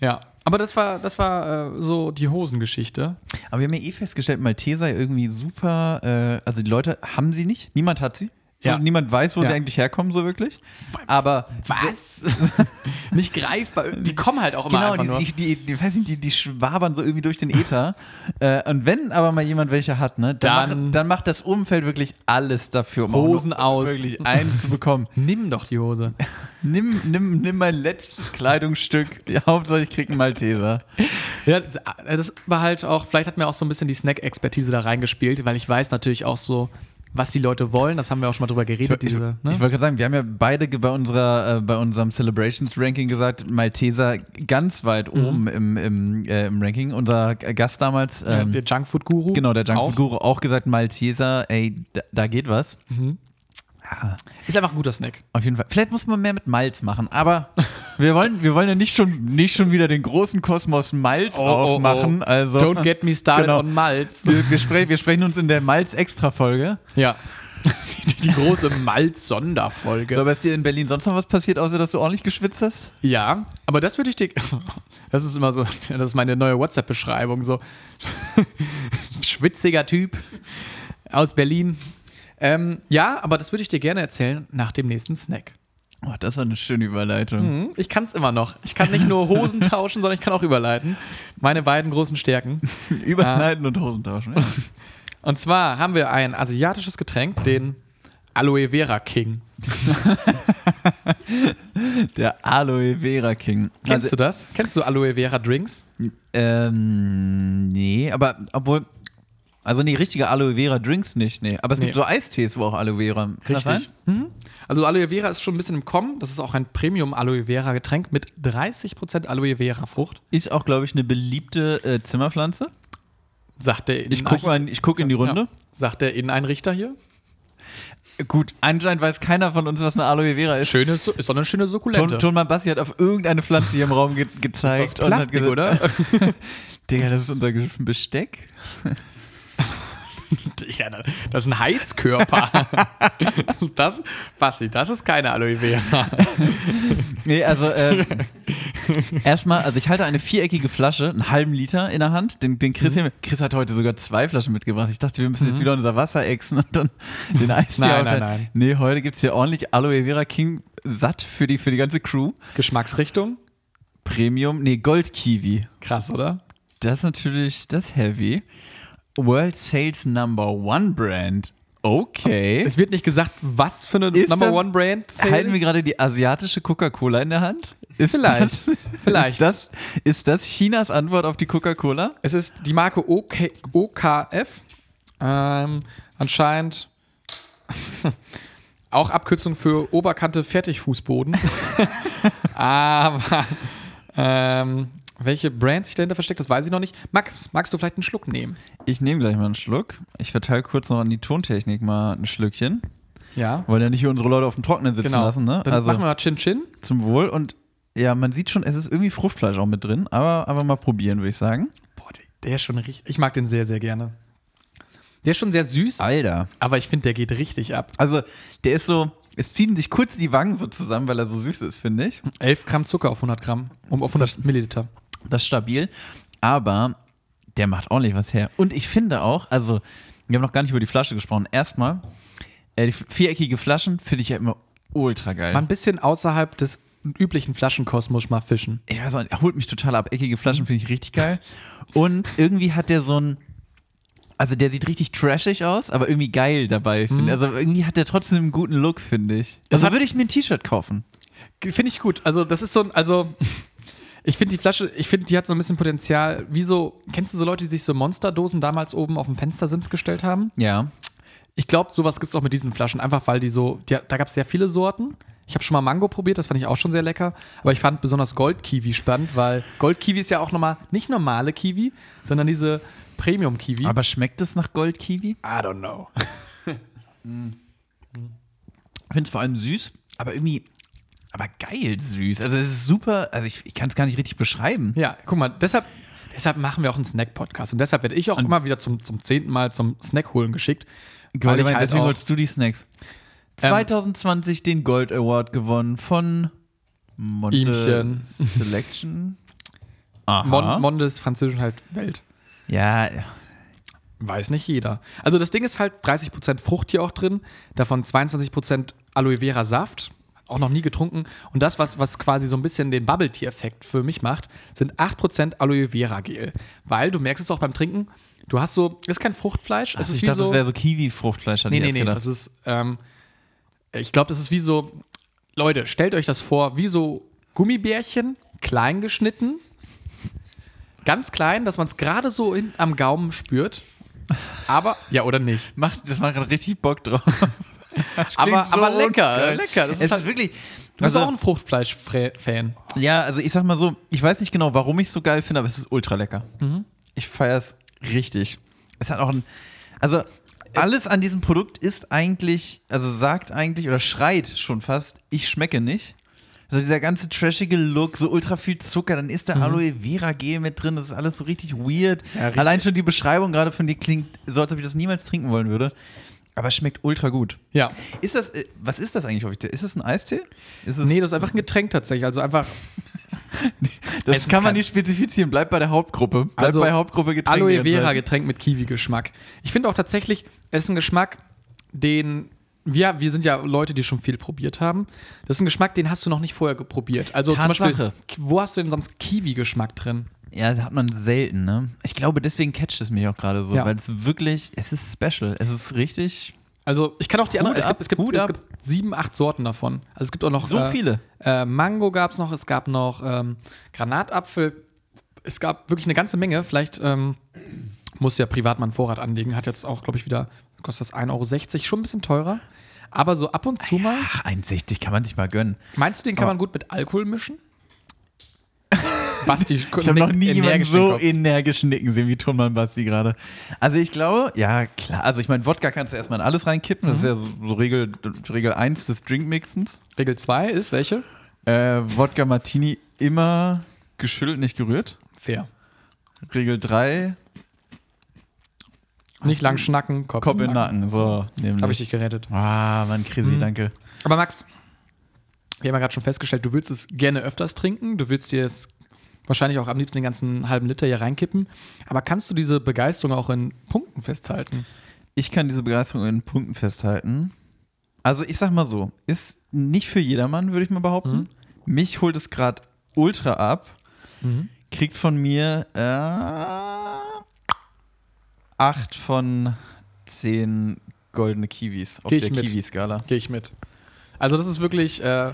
S3: Ja. Aber das war, das war äh, so die Hosengeschichte.
S2: Aber wir haben ja eh festgestellt, Malteser irgendwie super, äh, also die Leute haben sie nicht. Niemand hat sie. So,
S3: Ja.
S2: Niemand weiß, wo
S3: Ja.
S2: sie eigentlich herkommen, so wirklich. Aber
S3: Was? *laughs* nicht greifbar. Die kommen halt auch immer
S2: genau,
S3: einfach nur.
S2: die, ich- die, die, weiß nicht, die, die schwabern so irgendwie durch den
S3: *laughs*
S2: Äther. äh, und wenn aber mal jemand welche hat, ne, dann,
S3: Dann-
S2: macht, dann macht das Umfeld wirklich alles dafür, um
S3: Hosen
S2: auch nur
S3: aus.
S2: wirklich einen zu bekommen.
S3: Nimm doch die Hose.
S2: Nimm, nimm, nimm mein letztes Kleidungsstück. *laughs* Ja, Hauptsache ich krieg einen Malteser.
S3: Ja, das- das war halt auch, vielleicht hat mir auch so ein bisschen die Snack-Expertise da reingespielt, weil ich weiß natürlich auch so, was die Leute wollen. Das haben wir auch schon mal drüber geredet.
S2: Ich,
S3: diese,
S2: ich
S3: ne?
S2: wollte gerade sagen, wir haben ja beide ge- bei, unserer, äh, bei unserem Celebrations-Ranking gesagt, Malteser ganz weit
S3: Mhm.
S2: oben im, im, äh, im Ranking. Unser G- Gast damals,
S3: Ja,
S2: ähm,
S3: der Junkfood-Guru.
S2: genau, der
S3: auch.
S2: Junkfood-Guru, auch gesagt, Malteser, ey, da, da geht was.
S3: Ist einfach ein guter Snack.
S2: Auf jeden Fall. Vielleicht muss man mehr mit Malz machen, aber wir wollen, wir wollen ja nicht schon, nicht schon wieder den großen Kosmos Malz aufmachen. Also,
S3: Oh, Don't get me started
S2: Genau.
S3: on
S2: *laughs*
S3: Malz.
S2: wir, wir, spre wir sprechen uns in der Malz-Extra-Folge.
S3: Ja. *laughs* Die, die große Malz-Sonderfolge.
S2: So, aber ist dir in Berlin sonst noch was passiert, außer dass du ordentlich geschwitzt hast?
S3: Ja, aber das würde ich dir. *laughs* Das ist immer so, das ist meine neue WhatsApp-Beschreibung. So *laughs* schwitziger Typ aus Berlin. Ähm, ja, aber das würde ich dir gerne erzählen nach dem nächsten Snack.
S2: Oh, das war eine schöne Überleitung.
S3: Hm, Ich kann es immer noch. Ich kann nicht nur Hosen tauschen, sondern ich kann auch überleiten. Meine beiden großen Stärken.
S2: *laughs* Überleiten und ne? Hosen tauschen.
S3: Und zwar haben wir ein asiatisches Getränk, den Aloe Vera King.
S2: *laughs* Der Aloe Vera King. Also,
S3: Kennst du das? Kennst du Aloe Vera Drinks?
S2: Ähm, nee, aber obwohl. Also nee, richtige Aloe Vera Drinks nicht, nee. Aber es
S3: Nee.
S2: gibt so Eistees, wo auch Aloe Vera. Kann das sein?
S3: Mhm. Also Aloe Vera ist schon ein bisschen im Kommen. Das ist auch ein Premium Aloe Vera Getränk mit 30% Aloe Vera Frucht.
S2: Ist auch, glaube ich, eine beliebte äh, Zimmerpflanze.
S3: Sagt der
S2: Ich gucke
S3: Innenarchitekt-
S2: guck in die Runde.
S3: Ja. Sagt der Inneneinrichter hier.
S2: Gut, anscheinend weiß keiner von uns, was eine Aloe Vera ist.
S3: Schöne, Su- ist doch eine schöne Sukkulente.
S2: Ton, Tonmann Bassi hat auf irgendeine Pflanze hier im Raum ge
S3: Ist
S2: gezeigt.
S3: doch Plastik,
S2: und hat gesagt,
S3: oder?
S2: *laughs* Digga, das ist unser Ge- Besteck.
S3: ja, da- das ist
S2: *laughs*
S3: ein Heizkörper. das, Basti, das ist keine Aloe Vera.
S2: Nee, also ähm,
S3: *laughs*
S2: erstmal, also ich halte eine viereckige Flasche, einen halben Liter in der Hand. Den, den
S3: Mhm.
S2: Chris, hier, Chris hat heute sogar zwei Flaschen mitgebracht. Ich dachte, wir müssen jetzt wieder unser Wasser exen und
S3: *laughs*
S2: dann den Eis
S3: Nein, nein, nein.
S2: Nee, heute gibt es hier ordentlich Aloe Vera King satt für die, für die ganze Crew.
S3: Geschmacksrichtung?
S2: Premium, nee, Gold Kiwi.
S3: Krass, oder?
S2: Das ist natürlich, das ist heavy. World Sales Number One Brand. Okay.
S3: Es wird nicht gesagt, was für eine
S2: Ist
S3: Number
S2: das-
S3: One Brand. zählt.
S2: Halten wir gerade die asiatische Coca-Cola in der Hand? Ist
S3: Vielleicht,
S2: Das, *laughs*
S3: vielleicht.
S2: Ist das, ist das Chinas Antwort auf die Coca-Cola?
S3: Es ist die Marke OK, OKF. Ähm, anscheinend *laughs* auch Abkürzung für Oberkante Fertigfußboden. *laughs* Aber ähm, welche Brand sich dahinter versteckt, das weiß ich noch nicht. Max, magst du vielleicht einen Schluck nehmen?
S2: Ich nehme gleich mal einen Schluck. Ich verteile kurz noch an die Tontechnik mal ein Schlückchen.
S3: Ja.
S2: Wollen ja nicht hier unsere Leute auf dem Trockenen sitzen
S3: Genau.
S2: lassen, ne?
S3: Dann
S2: also
S3: machen wir mal Chin Chin.
S2: zum Wohl. Und ja, man sieht schon, es ist irgendwie Fruchtfleisch auch mit drin. Aber, aber mal probieren, würde ich sagen.
S3: Boah, der- der ist schon richtig. Ich mag den sehr, sehr gerne. Der ist schon sehr süß,
S2: Alter.
S3: aber ich finde, der geht richtig ab.
S2: Also, der ist so, es ziehen sich kurz die Wangen so zusammen, weil er so süß ist, finde ich.
S3: 11 Gramm Zucker auf 100 Gramm, um auf 100 Milliliter.
S2: Das ist stabil. Aber der macht ordentlich was her. Und ich finde auch, also, wir haben noch gar nicht über die Flasche gesprochen. Erstmal, äh, die viereckige Flaschen finde ich ja immer ultra geil.
S3: Mal ein bisschen außerhalb des üblichen Flaschenkosmos mal fischen.
S2: ich weiß auch nicht, holt mich total ab. Eckige Flaschen finde ich richtig geil. Und irgendwie hat der so ein. Also der sieht richtig trashig aus, aber irgendwie geil dabei. Find. Also irgendwie hat der trotzdem einen guten Look, finde ich.
S3: Mhm. Es
S2: Also
S3: hat-
S2: würde ich mir ein T-Shirt kaufen.
S3: Finde ich gut. Also, das ist so ein, also, *laughs* ich finde die Flasche, ich finde, die hat so ein bisschen Potenzial. Wie so, kennst du so Leute, die sich so Monsterdosen damals oben auf dem Fenstersims gestellt haben?
S2: Ja.
S3: Ich glaube, sowas gibt es auch mit diesen Flaschen, einfach weil die so, die, da gab es sehr viele Sorten. Ich habe schon mal Mango probiert, das fand ich auch schon sehr lecker. Aber ich fand besonders Goldkiwi spannend, weil Goldkiwi ist ja auch nochmal nicht normale Kiwi, sondern diese Premium-Kiwi.
S2: Aber schmeckt es nach Goldkiwi?
S3: I don't know.
S2: Ich finde es vor allem süß, aber irgendwie. Aber geil süß. Also es ist super. Also ich, ich kann es gar nicht richtig beschreiben.
S3: Ja, guck mal, deshalb, deshalb machen wir auch einen Snack-Podcast. Und deshalb werde ich auch immer wieder zum, zum zehnten Mal zum Snack holen geschickt. Weil ich
S2: Goldwein,
S3: halt
S2: deswegen
S3: auch,
S2: holst du die Snacks.
S3: Ähm,
S2: 2020 den Gold Award gewonnen von Monde
S3: Ihmchen. *laughs*
S2: Selection. Aha.
S3: ähm, Mon, Monde ist französisch halt Welt.
S2: ja,
S3: Weiß nicht jeder. Also das Ding ist halt 30% Frucht hier auch drin, davon 22% Aloe Vera Saft, auch noch nie getrunken. Und das, was, was quasi so ein bisschen den Bubble Tea Effekt für mich macht, sind 8% Aloe Vera Gel. Weil du merkst es auch beim Trinken, du hast so, ist kein Fruchtfleisch, es
S2: Ach,
S3: ist
S2: ich
S3: wie
S2: dachte,
S3: so.
S2: das wäre so Kiwi-Fruchtfleisch, hatte
S3: Nee,
S2: ich erst
S3: nee, nee,
S2: gedacht.
S3: das ist, ähm, ich glaube, das ist wie so, Leute, stellt euch das vor, wie so Gummibärchen, klein geschnitten, ganz klein, dass man es gerade so in, am Gaumen spürt. Aber, *laughs* ja oder nicht.
S2: macht, das macht gerade richtig Bock
S3: *laughs*
S2: drauf. *laughs* Das
S3: Aber,
S2: klingt
S3: aber lecker,
S2: geil.
S3: lecker.
S2: Es
S3: Das ist
S2: ist
S3: halt,
S2: wirklich. also
S3: du bist auch ein Fruchtfleisch-Fan.
S2: Ja, also ich sag mal so, ich weiß nicht genau, warum ich es so geil finde, aber es ist ultra lecker.
S3: Mhm.
S2: Ich feiere es richtig. Es hat auch ein. Also, alles an diesem Produkt ist eigentlich, also sagt eigentlich oder schreit schon fast, ich schmecke nicht. Also dieser ganze trashige Look, so ultra viel Zucker, dann ist da Aloe Vera Gel mit drin, das ist alles so richtig weird.
S3: Mhm. richtig.
S2: Allein schon die Beschreibung gerade von dir klingt, so als ob ich das niemals trinken wollen würde. Aber es schmeckt ultra gut.
S3: Ja.
S2: Ist das, äh, was ist das eigentlich? auf Ist das ein Eistee? Ist es-
S3: Nee, das ist einfach ein Getränk tatsächlich. Also einfach
S2: Das
S3: Es ist
S2: kann man
S3: kein-
S2: nicht spezifizieren. Bleibt bei der Hauptgruppe. Bleibt
S3: Also,
S2: bei Hauptgruppe Getränke.
S3: Aloe Vera
S2: enthalten.
S3: Getränk mit Kiwi-Geschmack. Ich finde auch tatsächlich, es ist ein Geschmack, den wir, wir sind ja Leute, die schon viel probiert haben. Das ist ein Geschmack, den hast du noch nicht vorher geprobiert. Also zum Beispiel,
S2: Tatsache.
S3: wo hast du denn sonst Kiwi-Geschmack drin?
S2: Ja, das hat man selten, ne? Ich glaube, deswegen catcht es mich auch gerade so,
S3: Ja.
S2: weil es wirklich, es ist special. Es ist richtig.
S3: Also ich kann auch die anderen,
S2: Hut
S3: es gibt,
S2: ab,
S3: es, gibt,
S2: Hut
S3: es
S2: ab.
S3: gibt sieben, acht Sorten davon. Also es gibt auch noch
S2: So
S3: äh,
S2: viele.
S3: Äh, Mango gab es noch, es gab noch ähm, Granatapfel. Es gab wirklich eine ganze Menge. Vielleicht ähm, muss ja privat mal einen Vorrat anlegen. Hat jetzt auch, glaube ich, wieder, kostet das 1,60 Euro, schon ein bisschen teurer. Aber so ab und zu mal.
S2: Ach, 61 kann man sich mal gönnen.
S3: Meinst du, den kann
S2: Aber-
S3: man gut mit
S2: *laughs*
S3: Alkohol mischen? Basti,
S2: Ich habe noch nie jemanden
S3: energisch den
S2: so
S3: Kopf.
S2: energisch nicken sehen wie Tonmann Basti gerade. Also ich glaube, ja klar. Also ich meine, Wodka kannst du erstmal in alles reinkippen. Das ist ja so, so Regel, Regel 1 des Drinkmixens.
S3: Regel 2 ist welche?
S2: Äh, Wodka Martini immer geschüttelt, nicht gerührt.
S3: Fair.
S2: Regel 3,
S3: Nicht lang schnacken, Kopf,
S2: Kopf in den Nacken. So, nämlich.
S3: Habe ich dich gerettet.
S2: Ah, Mann, Chrissy,
S3: Hm.
S2: danke.
S3: Aber Max, wir haben ja gerade schon festgestellt, du würdest es gerne öfters trinken. Du würdest dir jetzt wahrscheinlich auch am liebsten den ganzen halben Liter hier reinkippen. Aber kannst du diese Begeisterung auch in Punkten festhalten?
S2: Ich kann diese Begeisterung in Punkten festhalten. Also, ich sag mal so, ist nicht für jedermann, würde ich mal
S3: Hm.
S2: behaupten. Mich holt es gerade ultra ab.
S3: Mhm.
S2: Kriegt von mir äh, 8 von 10 goldene Kiwis auf
S3: Geh ich
S2: der
S3: mit.
S2: Kiwi-Skala.
S3: Gehe ich mit. Also das ist wirklich äh,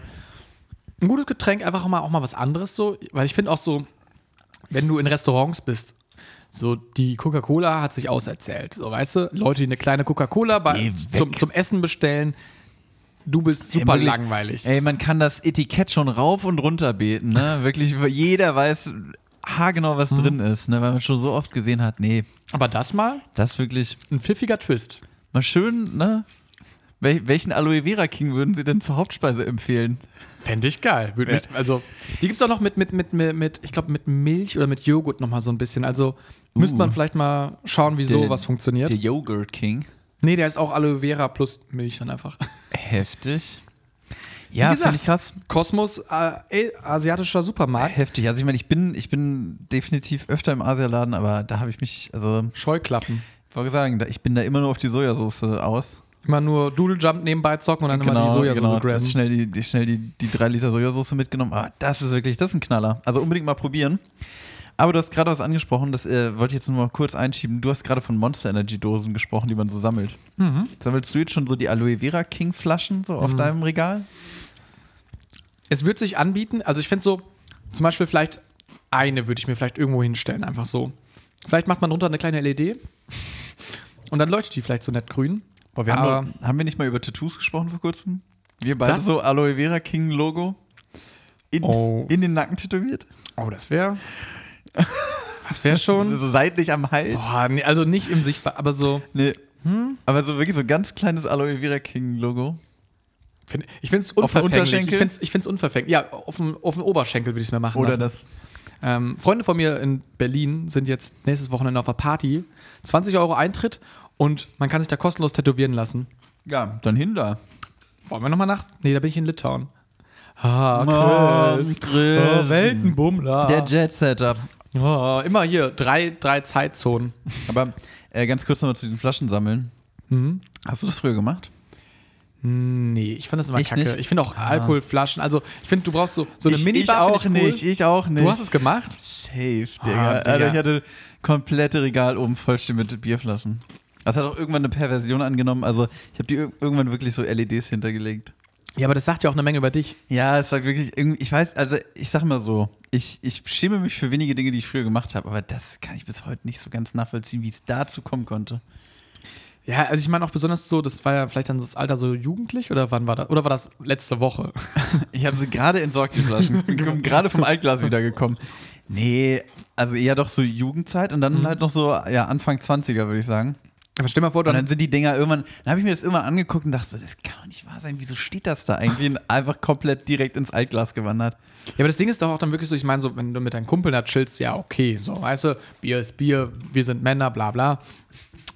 S3: ein gutes Getränk, einfach auch mal, auch mal was anderes so, weil ich finde auch so, wenn du in Restaurants bist, so die Coca-Cola hat sich auserzählt, so weißt du, Leute, die eine kleine Coca-Cola bei-
S2: Geh weg.
S3: zum, zum Essen bestellen, du bist super
S2: wirklich,
S3: langweilig.
S2: Ey, man kann das Etikett schon rauf und runter beten,
S3: *laughs*
S2: ne? Wirklich, jeder weiß haargenau,
S3: Mhm.
S2: was drin ist, ne? Weil man schon so oft gesehen hat, nee,
S3: Aber das mal
S2: das wirklich
S3: ein pfiffiger Twist.
S2: Mal schön, ne? Wel welchen Aloe Vera King würden Sie denn zur Hauptspeise empfehlen?
S3: Fände ich geil. Würde mich, also, die gibt es auch noch mit, mit, mit, mit, mit, ich glaube, mit Milch oder mit Joghurt nochmal so ein bisschen. Also müsste
S2: Uh.
S3: man vielleicht mal schauen, wie
S2: Der-
S3: sowas funktioniert.
S2: Der Yogurt King.
S3: Nee, der ist auch Aloe Vera plus Milch dann einfach. *laughs*
S2: Heftig. Ja,
S3: Wie gesagt.
S2: finde ich krass.
S3: Kosmos, äh, äh, asiatischer Supermarkt.
S2: Heftig. Also ich meine, ich bin, ich bin definitiv öfter im Asialaden, aber da habe ich mich, also
S3: Scheuklappen.
S2: ich wollte sagen, da, ich bin da immer nur auf die Sojasauce aus.
S3: Immer nur Doodle Jump nebenbei zocken und dann immer die Sojasauce
S2: genau.
S3: grabben.
S2: Schnell die, die, schnell die, die drei Liter Sojasauce mitgenommen. Ah, das ist wirklich, das ist ein Knaller. Also unbedingt mal probieren. Aber du hast gerade was angesprochen, das äh, wollte ich jetzt nur mal kurz einschieben. Du hast gerade von Monster Energy Dosen gesprochen, die man so sammelt.
S3: Mhm.
S2: Sammelst du jetzt schon so die Aloe Vera King Flaschen so auf deinem Regal?
S3: Es wird sich anbieten, also ich finde so, zum Beispiel vielleicht eine würde ich mir vielleicht irgendwo hinstellen, einfach so. Vielleicht macht man drunter eine kleine LED *laughs* und dann leuchtet die vielleicht so nett grün.
S2: Boah,
S3: wir haben
S2: haben, haben wir nicht mal über Tattoos gesprochen vor kurzem? Wir beide
S3: Das-
S2: so Aloe Vera King Logo in,
S3: Oh.
S2: in den Nacken tätowiert?
S3: Oh, das wäre. Das wäre schon.
S2: So seitlich am Hals?
S3: Boah, Hm? nee, also nicht im Sichtbar, aber so.
S2: Nee. Aber so wirklich so ein ganz kleines Aloe Vera King Logo.
S3: Find, ich finde es
S2: Auf den
S3: unverfänglich. Ich
S2: Unterschenkel?
S3: finde es ich find's unverfänglich. Ja, auf dem, auf dem Oberschenkel würde ich es mir machen
S2: Oder
S3: lassen.
S2: das.
S3: Ähm, Freunde von mir in Berlin sind jetzt nächstes Wochenende auf einer Party. 20 Euro Eintritt und man kann sich da kostenlos tätowieren lassen.
S2: Ja, dann hin da.
S3: Wollen wir nochmal nach? Nee, da bin ich in Litauen. Ah, Chris.
S2: Mann, Chris.
S3: Oh, Weltenbummler.
S2: Der Jet Setup.
S3: oh, immer hier, drei, drei Zeitzonen.
S2: Aber Äh, ganz kurz nochmal zu diesen Flaschen sammeln. Mhm. Hast du das früher gemacht?
S3: Nee, ich fand das immer
S2: Ich
S3: kacke.
S2: nicht.
S3: Ich finde auch Alkoholflaschen, also ich finde, du brauchst so, so eine
S2: ich,
S3: Minibar.
S2: ich auch
S3: find ich cool.
S2: nicht, ich auch nicht.
S3: Du hast es gemacht?
S2: Safe, Digga.
S3: Ah, Digga.
S2: Alter, ich hatte komplette Regal oben vollstehen mit Bierflaschen. Das hat auch irgendwann eine Perversion angenommen. Also ich habe die ir- irgendwann wirklich so LEDs hintergelegt.
S3: Ja, aber das sagt ja auch eine Menge über dich.
S2: Ja, es sagt wirklich irgendwie, ich weiß, also ich sag mal so, ich, ich schäme mich für wenige Dinge, die ich früher gemacht habe, aber das kann ich bis heute nicht so ganz nachvollziehen, wie es dazu kommen konnte.
S3: Ja, also ich meine auch besonders so, das war ja vielleicht dann das Alter so jugendlich oder wann war das? Oder war das letzte Woche? *laughs*
S2: Ich habe sie gerade entsorgt, die Flaschen. Ich bin gerade vom Altglas wiedergekommen. Nee, also eher doch so Jugendzeit und dann
S3: Mhm.
S2: halt noch so, ja, Anfang 20er, würde ich sagen.
S3: Aber stell mal vor,
S2: Und
S3: dann,
S2: dann sind die Dinger irgendwann, dann habe ich mir das irgendwann angeguckt und dachte so, das kann doch nicht wahr sein, wieso steht das da eigentlich? Und einfach komplett direkt ins Altglas gewandert.
S3: Ja, aber das Ding ist doch auch dann wirklich so, ich meine, so, wenn du mit deinen Kumpeln da chillst, ja, okay, so, weißt du, Bier ist Bier, wir sind Männer, bla bla.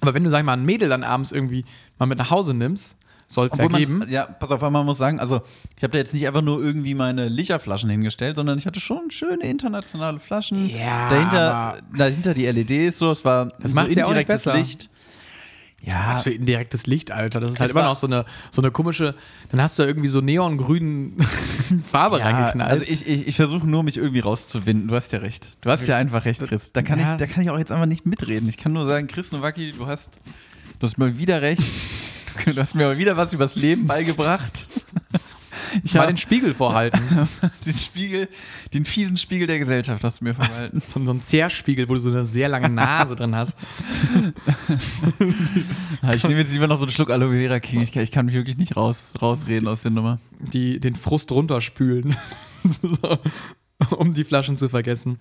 S3: Aber wenn du, sag ich mal, ein Mädel dann abends irgendwie mal mit nach Hause nimmst, soll es ja geben.
S2: man, ja, pass auf, man muss sagen, also ich habe da jetzt nicht einfach nur irgendwie meine Licherflaschen hingestellt, sondern ich hatte schon schöne internationale Flaschen.
S3: Ja,
S2: dahinter,
S3: aber-
S2: dahinter die LEDs, so, es war
S3: Das
S2: so
S3: macht's ja auch nicht
S2: indirektes
S3: besser.
S2: Licht. Ja,
S3: Was für indirektes Licht, Alter. Das
S2: Ah.
S3: ist
S2: Es
S3: halt immer
S2: war-
S3: noch so eine, so eine komische, dann hast du da irgendwie so neongrünen *laughs* Farbe reingeknallt.
S2: Also ich, ich, ich versuche nur, mich irgendwie rauszuwinden. Du hast ja recht. Du hast ja einfach recht, Chris. Da kann,
S3: Ja.
S2: ich, da kann ich auch jetzt einfach nicht mitreden. Ich kann nur sagen, Chris Nowacki, du hast, du hast mal wieder recht. Du hast mir mal wieder was übers Leben *laughs* beigebracht. Ich
S3: mal
S2: habe
S3: den Spiegel vorhalten.
S2: *laughs* den Spiegel, den fiesen Spiegel der Gesellschaft hast du mir *laughs* verhalten.
S3: so so ein Zerspiegel, wo du so eine sehr lange Nase drin hast.
S2: Ich nehme jetzt lieber noch so einen Schluck Aloe Vera King. Ich kann, ich kann mich wirklich nicht raus, rausreden aus der Nummer.
S3: die den Frust runterspülen, *laughs* so, um die Flaschen zu vergessen.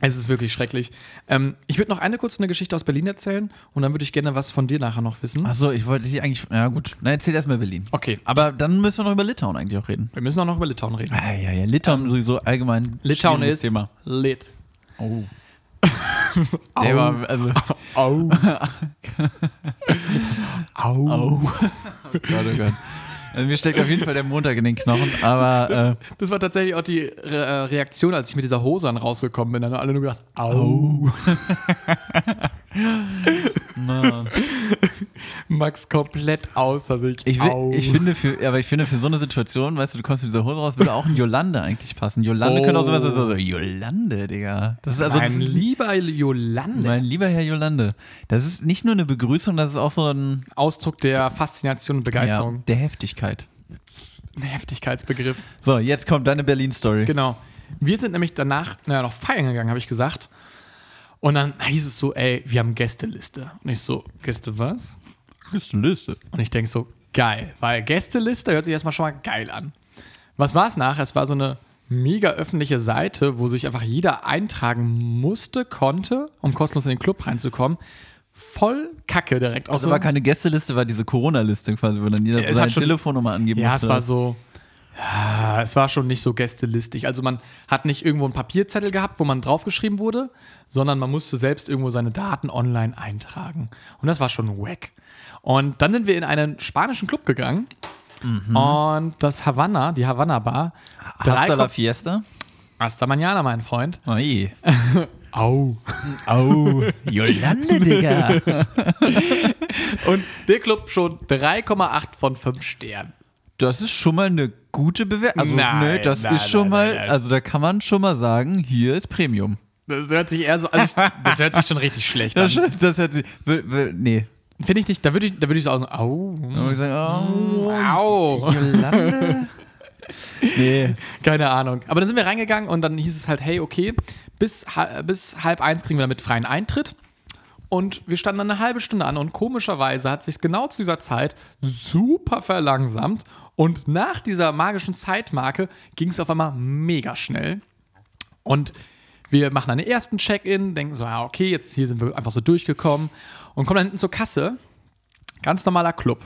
S3: Es ist wirklich schrecklich. Ähm, ich würde noch eine kurze eine Geschichte aus Berlin erzählen und dann würde ich gerne was von dir nachher noch wissen.
S2: Achso, ich wollte dich eigentlich. Na gut, na erzähl erstmal Berlin.
S3: Okay, aber
S2: Aber dann müssen wir noch über Litauen eigentlich auch reden.
S3: wir müssen auch noch über Litauen reden.
S2: Ah, ja, ja, Litauen sowieso allgemein.
S3: Ähm, Litauen
S2: schwieriges
S3: ist lit.
S2: *laughs* Oh. Der war, also,
S3: *laughs* Au. Au.
S2: oh Gott, oh Gott. Also, mir steckt auf jeden Fall der Montag in den Knochen, aber äh,
S3: Das war tatsächlich auch die Re äh, Reaktion, als ich mit dieser Hose dann rausgekommen bin. Dann haben alle nur gedacht, au. *laughs*
S2: äh, na,
S3: Max komplett außer sich.
S2: ich, will,
S3: Au.
S2: ich finde für, aber ich finde für so eine Situation, weißt du, du kommst mit dieser Hose raus, würde auch ein Jolande eigentlich passen. Jolande
S3: Oh.
S2: können auch sowas so, so Jolande, Digga. Das ist also
S3: mein
S2: das ist-
S3: lieber Jolande.
S2: mein lieber Herr Jolande. Das ist nicht nur eine Begrüßung, das ist auch so ein
S3: Ausdruck der Faszination und
S2: ja,
S3: Begeisterung.
S2: der Heftigkeit.
S3: Ein Heftigkeitsbegriff.
S2: So, jetzt kommt deine Berlin-Story.
S3: Genau. Wir sind nämlich danach naja, noch feiern gegangen, habe ich gesagt. Und dann hieß es so, ey, wir haben Gästeliste. Und ich so, Gäste was?
S2: Liste, Liste.
S3: Und ich denke so, geil. Weil Gästeliste hört sich erstmal schon mal geil an. Was war es nachher? Es war so eine mega öffentliche Seite, wo sich einfach jeder eintragen musste, konnte, um kostenlos in den Club reinzukommen. Voll Kacke direkt. Auch
S2: Das war keine Gästeliste, war diese Corona-Liste quasi, wo dann jeder so
S3: Ja, es hat
S2: seine
S3: schon-
S2: Telefonnummer angeben
S3: Ja,
S2: musste.
S3: es war so. Ja, es war schon nicht so gästelistig. Also man hat nicht irgendwo einen Papierzettel gehabt, wo man draufgeschrieben wurde, sondern man musste selbst irgendwo seine Daten online eintragen. Und das war schon wack. Und dann sind wir in einen spanischen Club gegangen. Und das Havanna, die Havanna Bar. drei
S2: Mhm. Hasta la
S3: Ko-
S2: Fiesta? Oh,
S3: Hasta mañana, mein Freund. *laughs*
S2: Oi.
S3: Au.
S2: Au. Jolande, Digga.
S3: *laughs* Und der Club schon 3,8 von 5 Sternen.
S2: Das ist schon mal eine gute Bewertung. Also,
S3: Nein,
S2: nee, das
S3: nein,
S2: ist schon
S3: nein,
S2: mal,
S3: nein, nein.
S2: also da kann man schon mal sagen, hier ist Premium.
S3: Das hört sich eher so, also ich, das hört sich schon richtig schlecht an.
S2: Das, das hat sie, w- w- nee.
S3: Finde ich nicht, da würde ich, da würde ich sagen, au.
S2: Da muss ich sagen, oh,
S3: Au.
S2: Jolande? nee.
S3: *laughs* Keine Ahnung. Aber dann sind wir reingegangen und dann hieß es halt, hey, okay, bis, ha- bis halb eins kriegen wir damit freien Eintritt. Und wir standen dann eine halbe Stunde an und komischerweise hat sich genau zu dieser Zeit super verlangsamt. Und nach dieser magischen Zeitmarke ging es auf einmal mega schnell. Und wir machen einen ersten Check-in, denken so, ah, okay, jetzt hier sind wir einfach so durchgekommen und kommen dann hinten zur Kasse. Ganz normaler Club.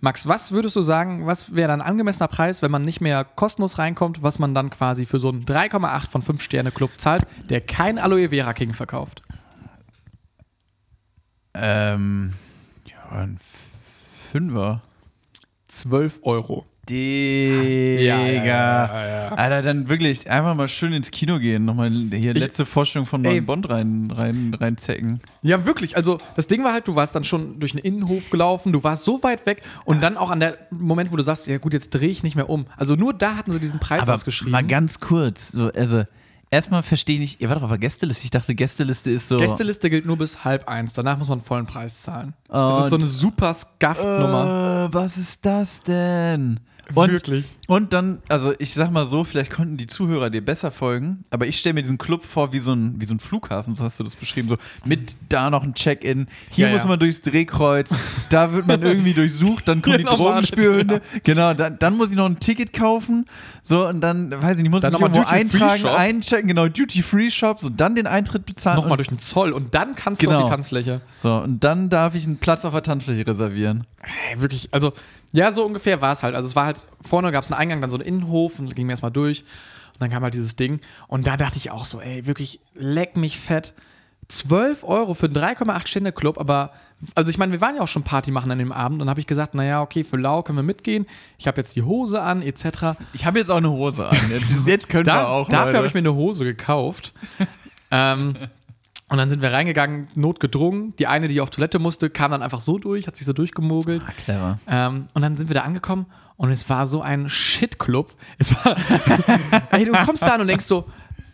S3: Max, was würdest du sagen, was wäre dann angemessener Preis, wenn man nicht mehr kostenlos reinkommt, was man dann quasi für so einen 3,8 von 5 Sterne Club zahlt, der kein Aloe Vera King verkauft?
S2: Ähm, ja, ein Fünfer.
S3: 12 Euro.
S2: Digga.
S3: Ja, ja, ja, ja, ja.
S2: Alter, dann wirklich einfach mal schön ins Kino gehen. Nochmal hier letzte Vorstellung von
S3: Ey.
S2: neuen Bond rein, rein, reinzecken.
S3: Ja, wirklich. Also, das Ding war halt, du warst dann schon durch einen Innenhof gelaufen, du warst so weit weg und dann auch an der Moment, wo du sagst, ja gut, jetzt drehe ich nicht mehr um. Also, nur da hatten sie diesen Preis ausgeschrieben.
S2: mal ganz kurz. So, also, erstmal verstehe ich, ihr wart doch auf der Gästeliste. Ich dachte, Gästeliste ist so.
S3: Gästeliste gilt nur bis halb eins. Danach muss man vollen Preis zahlen. das ist so eine super Scuffed-Nummer.
S2: Äh, was ist das denn? Und,
S3: Wirklich.
S2: Und dann, also ich sag mal so, vielleicht konnten die Zuhörer dir besser folgen, aber ich stelle mir diesen Club vor wie so, ein, wie so ein Flughafen, so hast du das beschrieben, so mit da noch ein Check-in, hier
S3: Ja,
S2: muss
S3: ja.
S2: man durchs Drehkreuz, da wird man irgendwie durchsucht, dann
S3: *laughs*
S2: kommen die
S3: Hier noch mal eine
S2: Drogenspürhunde, genau, dann, dann muss ich noch ein Ticket kaufen, so und dann, weiß ich nicht, muss
S3: Dann
S2: ich
S3: noch mal
S2: irgendwo eintragen,
S3: Duty-Free-Shop.
S2: einchecken, genau, Duty-Free-Shop, so dann den Eintritt bezahlen
S3: Nochmal
S2: und,
S3: durch den Zoll und dann kannst du
S2: Äh, Genau.
S3: auf die Tanzfläche.
S2: so, und dann darf ich einen Platz auf der Tanzfläche reservieren.
S3: Ey, wirklich, also, ja, so ungefähr war es halt. Also, es war halt, vorne gab es einen Eingang, dann so einen Innenhof und ging mir erstmal durch. Und dann kam halt dieses Ding. Und da dachte ich auch so, ey, wirklich, leck mich fett. 12 Euro für einen 3,8-Stände-Club, aber, also ich meine, wir waren ja auch schon Party machen an dem Abend und habe ich gesagt, naja, okay, für Lau können wir mitgehen. Ich habe jetzt die Hose an, etc.
S2: Ich habe jetzt auch eine Hose an. Jetzt, jetzt können
S3: Da,
S2: wir auch.
S3: dafür
S2: Leute.
S3: habe ich mir eine Hose gekauft. ähm, und dann sind wir reingegangen, notgedrungen. Die eine, die auf Toilette musste, kam dann einfach so durch, hat sich so durchgemogelt.
S2: Clever.
S3: Ähm, und dann sind wir da angekommen und es war so ein Shit-Club. Es war. *laughs* Ey, du kommst da an und denkst so,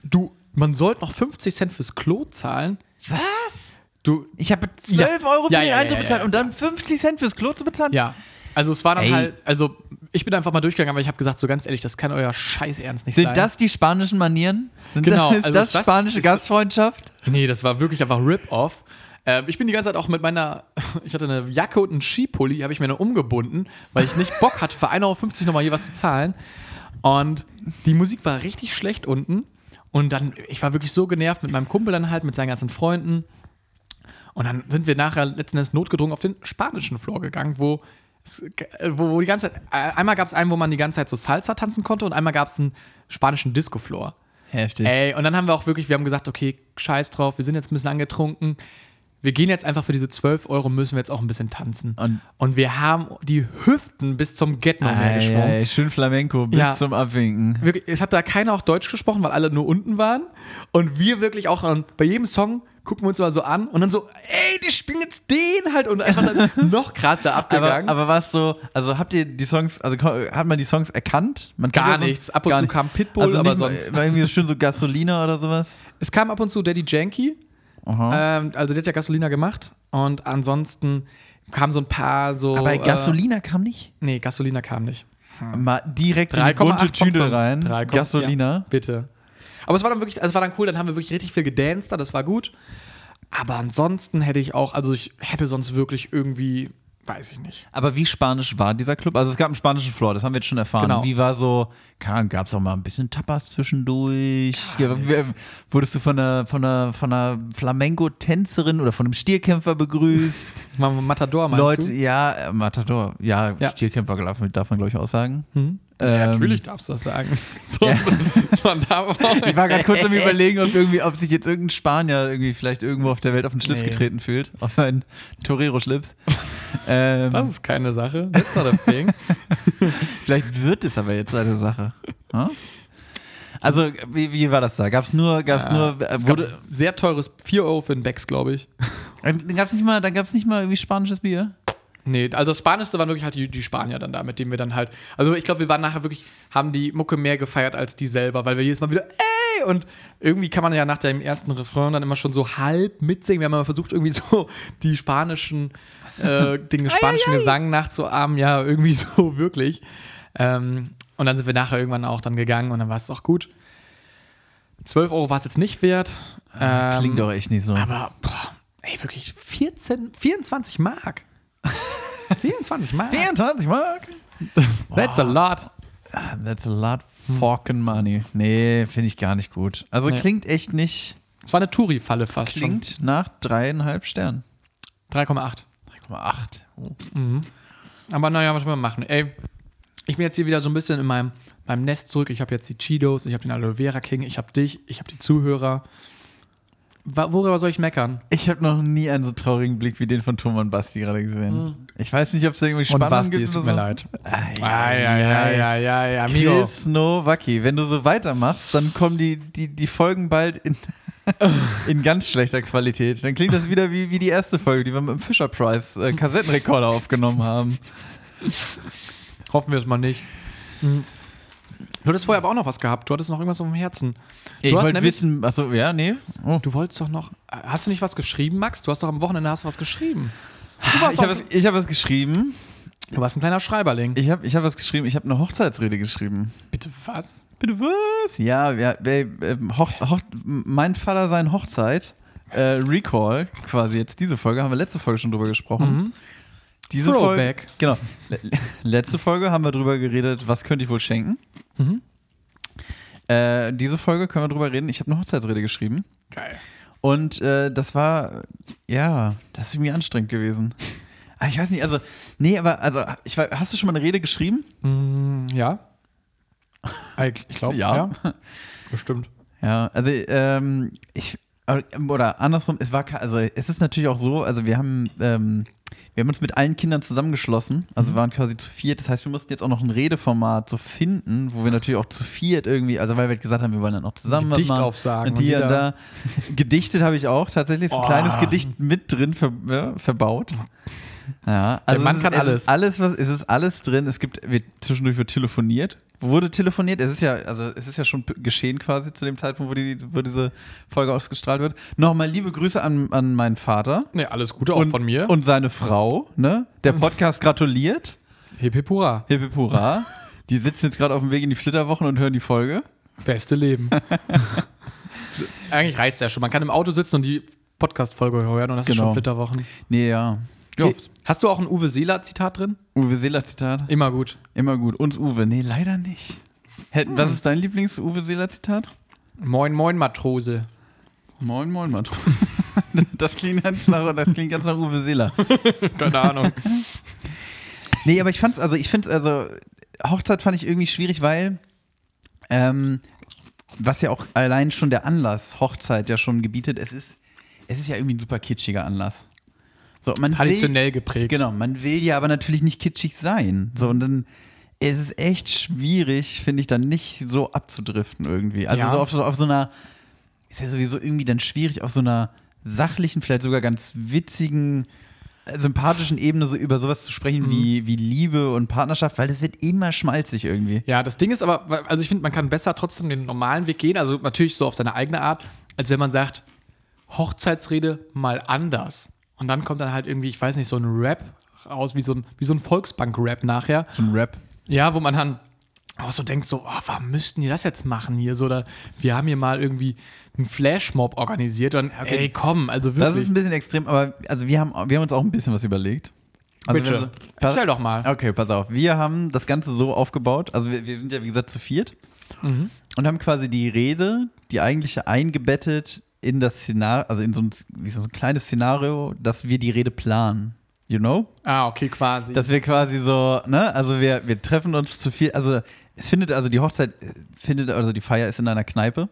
S3: du, man sollte noch 50 Cent fürs Klo zahlen.
S2: Was?
S3: Du,
S2: Ich habe 12
S3: Ja.
S2: Euro für
S3: Ja,
S2: den
S3: ja, ja,
S2: Eintritt
S3: ja,
S2: bezahlt
S3: ja.
S2: und dann 50 Cent fürs Klo zu bezahlen?
S3: ja. Also es war dann
S2: Ey.
S3: halt, also ich bin einfach mal durchgegangen, aber ich habe gesagt, so ganz ehrlich, das kann euer Scheiß ernst nicht
S2: Sind
S3: sein.
S2: das die spanischen Manieren? Sind
S3: Genau,
S2: Das, ist
S3: also
S2: das
S3: ist das-
S2: spanische
S3: ist-
S2: Gastfreundschaft?
S3: Nee, das war wirklich einfach Rip-Off. Ähm, ich bin die ganze Zeit auch mit meiner, *laughs* ich hatte eine Jacke und einen Skipulli, habe ich mir nur umgebunden, weil ich nicht Bock hatte, für 1,50 Euro nochmal hier was zu zahlen. Und die Musik war richtig schlecht unten. Und dann, ich war wirklich so genervt mit meinem Kumpel dann halt, mit seinen ganzen Freunden. Und dann sind wir nachher letzten Endes notgedrungen auf den spanischen Floor gegangen, wo, es, äh, wo, wo die ganze Zeit, äh, einmal gab es einen, wo man die ganze Zeit so Salsa tanzen konnte und einmal gab es einen spanischen Disco-Floor.
S2: Heftig.
S3: Ey, und dann haben wir auch wirklich, wir haben gesagt, okay, scheiß drauf, wir sind jetzt ein bisschen angetrunken. Wir gehen jetzt einfach für diese 12 Euro, müssen wir jetzt auch ein bisschen tanzen.
S2: Und-
S3: Und, wir haben die Hüften bis zum get no mehr geschwungen.
S2: Ei, ei, schön Flamenco bis
S3: Ja.
S2: zum Abwinken.
S3: Wirklich, es hat da keiner auch Deutsch gesprochen, weil alle nur unten waren. Und wir wirklich auch, und bei jedem Song gucken wir uns mal so an und dann so, ey, die spielen jetzt den halt und einfach
S2: *laughs*
S3: dann noch krasser
S2: Aber,
S3: abgegangen.
S2: aber war es so, also habt ihr die Songs, also ko- hat man die Songs erkannt? Man
S3: Gar
S2: kennt ja so-
S3: nichts. Ab und
S2: gar
S3: zu
S2: nicht.
S3: kam Pitbull,
S2: also nicht
S3: aber
S2: mal-
S3: sonst-
S2: War irgendwie so schön so Gasolina oder sowas?
S3: es kam ab und zu Daddy Janky,
S2: Aha.
S3: ähm, also der hat ja Gasolina gemacht. Und ansonsten kamen so ein paar so.
S2: aber
S3: äh, Hm.
S2: Gasolina kam nicht?
S3: Nee, Gasolina kam nicht.
S2: Mal direkt in die
S3: 3,8
S2: bunte
S3: von
S2: Tüte
S3: fünf.
S2: rein.
S3: 3,8, Ja,
S2: Gasolina.
S3: bitte. Aber es war dann wirklich, also es war dann cool, dann haben wir wirklich richtig viel gedanced, da, das war gut. Aber ansonsten hätte ich auch, also ich hätte sonst wirklich irgendwie, weiß ich nicht.
S2: Aber wie spanisch war dieser Club? Also es gab einen spanischen Floor, das haben wir jetzt schon erfahren.
S3: Genau.
S2: Wie war so, keine Ahnung, gab es auch mal ein bisschen Tapas zwischendurch? Ja,
S3: nichts.
S2: wurdest du von einer, von einer, von einer Flamenco-Tänzerin oder von einem Stierkämpfer begrüßt?
S3: Mal Matador *laughs* meinst
S2: Leute,
S3: du?
S2: ja, äh, Matador, ja,
S3: Ja. Hm.
S2: Stierkämpfer darf man, darf man glaube ich, auch sagen.
S3: ja,
S2: Ähm,
S3: natürlich darfst du das
S2: *laughs*
S3: sagen. *laughs* So,
S2: ja.
S3: man darf auch-
S2: Ich war gerade kurz
S3: *laughs*
S2: am überlegen, ob, irgendwie, ob sich jetzt irgendein Spanier irgendwie vielleicht irgendwo auf der Welt auf den Schlips
S3: Nee.
S2: getreten fühlt, auf seinen
S3: *laughs*
S2: Torero-Schlips. ähm,
S3: Das ist keine Sache. That's not
S2: *laughs*
S3: a thing.
S2: Vielleicht wird es aber jetzt eine Sache. *laughs* Hm? Also, wie, wie war das da? Gab es nur, gab's nur, äh,
S3: es gab
S2: wurde,
S3: sehr teures 4 Euro für den Becks, glaube ich.
S2: dann äh, gab's nicht mal, dann gab's nicht mal irgendwie spanisches Bier?
S3: Nee, also das Spanischste waren wirklich halt die, die Spanier dann da, mit denen wir dann halt. Also ich glaube, wir waren nachher wirklich, haben die Mucke mehr gefeiert als die selber, weil wir jedes Mal wieder, ey! Und irgendwie kann man ja nach dem ersten Refrain dann immer schon so halb mitsingen. Wir haben immer versucht, irgendwie so die spanischen, äh, den spanischen Gesang nachzuahmen, ja, irgendwie *laughs* so wirklich. Ähm, und dann sind wir nachher irgendwann auch dann gegangen und dann war es auch gut. 12 Euro war es jetzt nicht wert. Ähm,
S2: Ah, Klingt doch echt nicht so.
S3: aber, boah, ey, wirklich 14, 24 *laughs* Mark. 24 Mark.
S2: 24 Mark? Ah,
S3: That's a lot.
S2: That's a lot fucking money. Nee, finde ich gar nicht gut. Also
S3: Nee.
S2: klingt echt nicht.
S3: Es war eine Touri-Falle fast
S2: Klingt nach dreieinhalb Sternen.
S3: schon. 3,8.
S2: 3,8. Oh.
S3: Aber naja, was will man machen? Ey, ich bin jetzt hier wieder so ein bisschen in meinem, meinem Nest zurück. Ich habe jetzt die Cheetos, ich habe den Aloe Vera King, ich habe dich, ich habe die Zuhörer. Wa- Worüber soll ich meckern?
S2: Ich habe noch nie einen so traurigen Blick wie den von Tom und Basti gerade gesehen. Ich weiß nicht, ob Hm. es irgendwie Spannung
S3: und Basti,
S2: gibt.
S3: es
S2: oder
S3: tut mir
S2: so.
S3: leid.
S2: Ei,
S3: ja, ja,
S2: Kill Snowwacky. Wenn du so weitermachst, dann kommen die, die, die Folgen bald in, *laughs* in ganz schlechter Qualität. Dann klingt das wieder wie, wie die erste Folge, die wir mit dem Fisher Price äh, Kassettenrekorder aufgenommen haben.
S3: Hoffen wir es mal nicht. Mhm. Du hattest vorher aber auch noch was gehabt. Du hattest noch irgendwas auf dem Herzen. Du
S2: ich
S3: hast
S2: wollte
S3: nämlich-
S2: wissen, achso, ja, nee. Oh.
S3: Du wolltest doch noch. Hast du nicht was geschrieben, Max? Du hast doch am Wochenende hast du was geschrieben. Du warst,
S2: Ich habe
S3: doch,
S2: was, ich hab was geschrieben.
S3: du warst ein kleiner Schreiberling.
S2: Ich habe ich hab was geschrieben. Ich habe eine Hochzeitsrede geschrieben.
S3: bitte was?
S2: Bitte was? Ja, ja babe, ähm, Hoch, Hoch, mein Vater sein Hochzeit. Äh, Recall, quasi jetzt diese Folge, haben wir letzte Folge schon drüber gesprochen. Diese
S3: Throwback.
S2: Folge, genau. Le- le- Letzte Folge haben wir drüber geredet, was könnte ich wohl schenken.
S3: Mhm.
S2: Äh, diese Folge können wir drüber reden. Ich habe eine Hochzeitsrede geschrieben.
S3: Geil.
S2: Und äh, das war, ja, das ist irgendwie anstrengend gewesen. Aber ich weiß nicht, also, nee, aber, also, ich, weiß- hast du schon mal eine Rede geschrieben?
S3: Mm, ja. Ah, Ich glaube,
S2: Ja.
S3: ja.
S2: *laughs*
S3: Bestimmt.
S2: Ja, also ähm, ich aber- oder andersrum, es war ke- also es ist natürlich auch so, also wir haben ähm, wir haben uns mit allen Kindern zusammengeschlossen, also wir waren quasi zu viert, das heißt, wir mussten jetzt auch noch ein Redeformat so finden, wo wir natürlich auch zu viert irgendwie, also weil wir halt gesagt haben, wir wollen dann auch zusammen
S3: Gedicht
S2: was machen.
S3: aufsagen
S2: und hier
S3: und
S2: und da.
S3: wieder-
S2: Gedichtet habe ich auch tatsächlich, so ein
S3: Oh.
S2: kleines Gedicht mit drin ver, ja, verbaut. Ja, also
S3: Mann
S2: es ist,
S3: kann
S2: Es
S3: alles.
S2: ist alles, was, es ist alles drin. Es gibt, wir, zwischendurch wird telefoniert. Wurde telefoniert. Es ist ja, also es ist ja schon p- geschehen quasi zu dem Zeitpunkt, wo, die, wo diese Folge ausgestrahlt wird. Nochmal liebe Grüße an, an meinen Vater
S3: Nee, alles Gute auch von mir.
S2: und seine Frau. Ne? Der Podcast gratuliert.
S3: Hip hip hurra.
S2: Hip hip hurra. Die sitzen jetzt gerade auf dem Weg in die Flitterwochen und hören die Folge. *laughs*
S3: Beste Leben. Eigentlich reißt ja schon. Man kann im Auto sitzen und die Podcast-Folge hören und das ist
S2: Genau.
S3: schon Flitterwochen.
S2: Nee, ja. ja.
S3: Ge- Hast du auch ein Uwe Seeler-Zitat drin?
S2: Uwe Seeler-Zitat.
S3: Immer gut.
S2: Immer gut. Und Uwe. Nee, leider nicht. Hätten, was ist dein Lieblings-Uwe Seeler-Zitat?
S3: Moin, moin,
S2: *laughs*
S3: Matrose.
S2: Moin, moin, Matro. *laughs* Das klingt ganz nach, das klingt ganz nach Uwe Seeler.
S3: Keine Ahnung.
S2: Nee, aber ich fand's, also ich find's, also Hochzeit fand ich irgendwie schwierig, weil ähm, was ja auch allein schon der Anlass Hochzeit ja schon gebietet, es ist, es ist ja irgendwie ein super kitschiger Anlass. So, man will,
S3: Traditionell geprägt.
S2: Genau, man will ja aber natürlich nicht kitschig sein. So, und dann ist es echt schwierig, finde ich, dann nicht so abzudriften irgendwie. Also
S3: Ja.
S2: so, auf, so auf so einer, ist ja sowieso irgendwie dann schwierig, auf so einer sachlichen, vielleicht sogar ganz witzigen, äh, sympathischen Ebene so über sowas zu
S3: Mhm.
S2: sprechen wie, wie Liebe und Partnerschaft, weil das wird immer schmalzig irgendwie.
S3: Ja, das Ding ist aber, weil- also ich finde, man kann besser trotzdem den normalen Weg gehen, also natürlich so auf seine eigene Art, als wenn man sagt, Hochzeitsrede mal anders. Und dann kommt dann halt irgendwie, ich weiß nicht, so ein Rap raus, wie so ein, wie so ein Volksbank-Rap nachher.
S2: So ein Rap.
S3: Ja, wo man dann auch so denkt, so, oh, warum müssten die das jetzt machen hier? So, oder wir haben hier mal irgendwie einen Flashmob organisiert und dann, ey, komm, also
S2: Das ist
S3: wirklich.
S2: ein bisschen extrem, aber also wir haben, wir haben uns auch ein bisschen was überlegt. Also wir haben so-
S3: Erzähl doch mal.
S2: Okay, pass auf. Wir haben das Ganze so aufgebaut. Also wir, wir sind ja, wie gesagt, zu viert.
S3: Mhm.
S2: Und haben quasi die Rede, die eigentliche, eingebettet in das Szenario, also in so ein, wie so ein kleines Szenario, dass wir die Rede planen. You know?
S3: Ah, okay, quasi.
S2: Dass wir quasi so, ne, also wir, wir treffen uns zu viel. Also es findet, also die Hochzeit äh, findet, also die Feier ist in einer Kneipe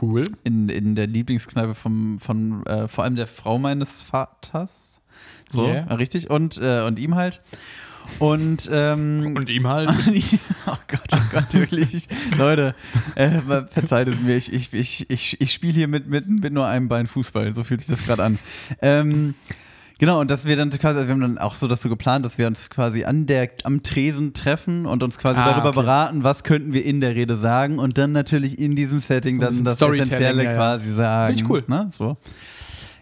S3: cool.
S2: in, in der Lieblingskneipe vom, von äh, vor allem der Frau meines Vaters. So,
S3: Yeah.
S2: ja, richtig. Und, äh, und ihm halt. Und, ähm,
S3: Und ihm halt.
S2: *laughs* oh Gott, oh Gott, wirklich. Leute, äh, mal verzeiht es mir. Ich, ich, ich, ich, ich spiele hier mit, mit, mit nur einem Bein Fußball. So fühlt sich das gerade an. Ähm, genau, und dass wir dann quasi, wir haben dann auch so das so geplant, dass wir uns quasi an der, am Tresen treffen und uns quasi
S3: Ah,
S2: darüber
S3: okay.
S2: beraten, was könnten wir in der Rede sagen und dann natürlich in diesem Setting
S3: So ein
S2: dann
S3: bisschen
S2: das
S3: Storytelling,
S2: Essentielle
S3: ja, ja.
S2: quasi sagen.
S3: Finde ich cool.
S2: Ne? So.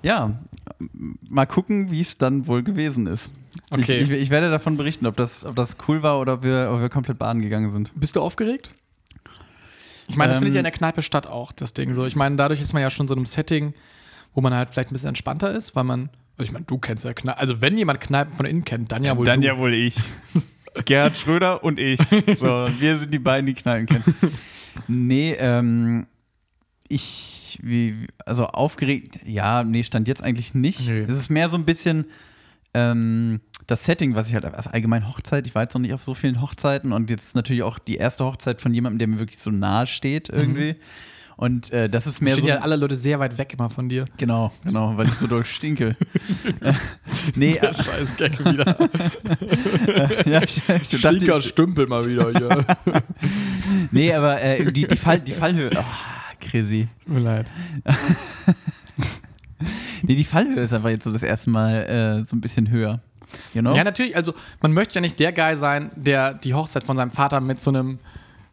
S2: Ja, m- mal gucken, wie es dann wohl gewesen ist.
S3: Okay.
S2: Ich, ich, ich werde davon berichten, ob das, ob das cool war oder ob wir, ob wir komplett baden gegangen sind.
S3: Bist du aufgeregt? Ich meine, das findet
S2: Ähm,
S3: ja in der Kneipe statt auch, das Ding so. Ich meine, dadurch ist man ja schon so in einem Setting, wo man halt vielleicht ein bisschen entspannter ist, weil man, also ich meine, du kennst ja Kneipen, also wenn jemand Kneipen von innen kennt, dann ja wohl du.
S2: wohl ich. Gerhard Schröder und ich. So, wir sind die beiden, die knallen können. Nee, ähm, ich, wie, also aufgeregt, ja, nee, stand jetzt eigentlich nicht.
S3: Nee.
S2: Es ist mehr so ein bisschen ähm, das Setting, was ich halt, also allgemein Hochzeit, ich war jetzt noch nicht auf so vielen Hochzeiten und jetzt natürlich auch die erste Hochzeit von jemandem, der mir wirklich so nahe steht irgendwie. Und äh, das ist mehr
S3: Mhm. Stehen
S2: so.
S3: ja alle Leute sehr weit weg immer von dir.
S2: Genau, genau, weil ich so doll
S3: *laughs*
S2: stinke. *laughs* nee, äh,
S3: Scheiß Gag *laughs* wieder.
S2: ja, ich, ich dachte,
S3: Stinker Stümpel mal wieder hier.
S2: nee, aber äh, die, die, Fall, die
S3: *laughs*
S2: Fallhöhe. Oh, crazy.
S3: *laughs* Tut mir leid.
S2: Nee, die Fallhöhe ist einfach jetzt so das erste Mal äh, so ein bisschen höher. You know?
S3: Ja, natürlich, also man möchte ja nicht der Guy sein, der die Hochzeit von seinem Vater mit so einem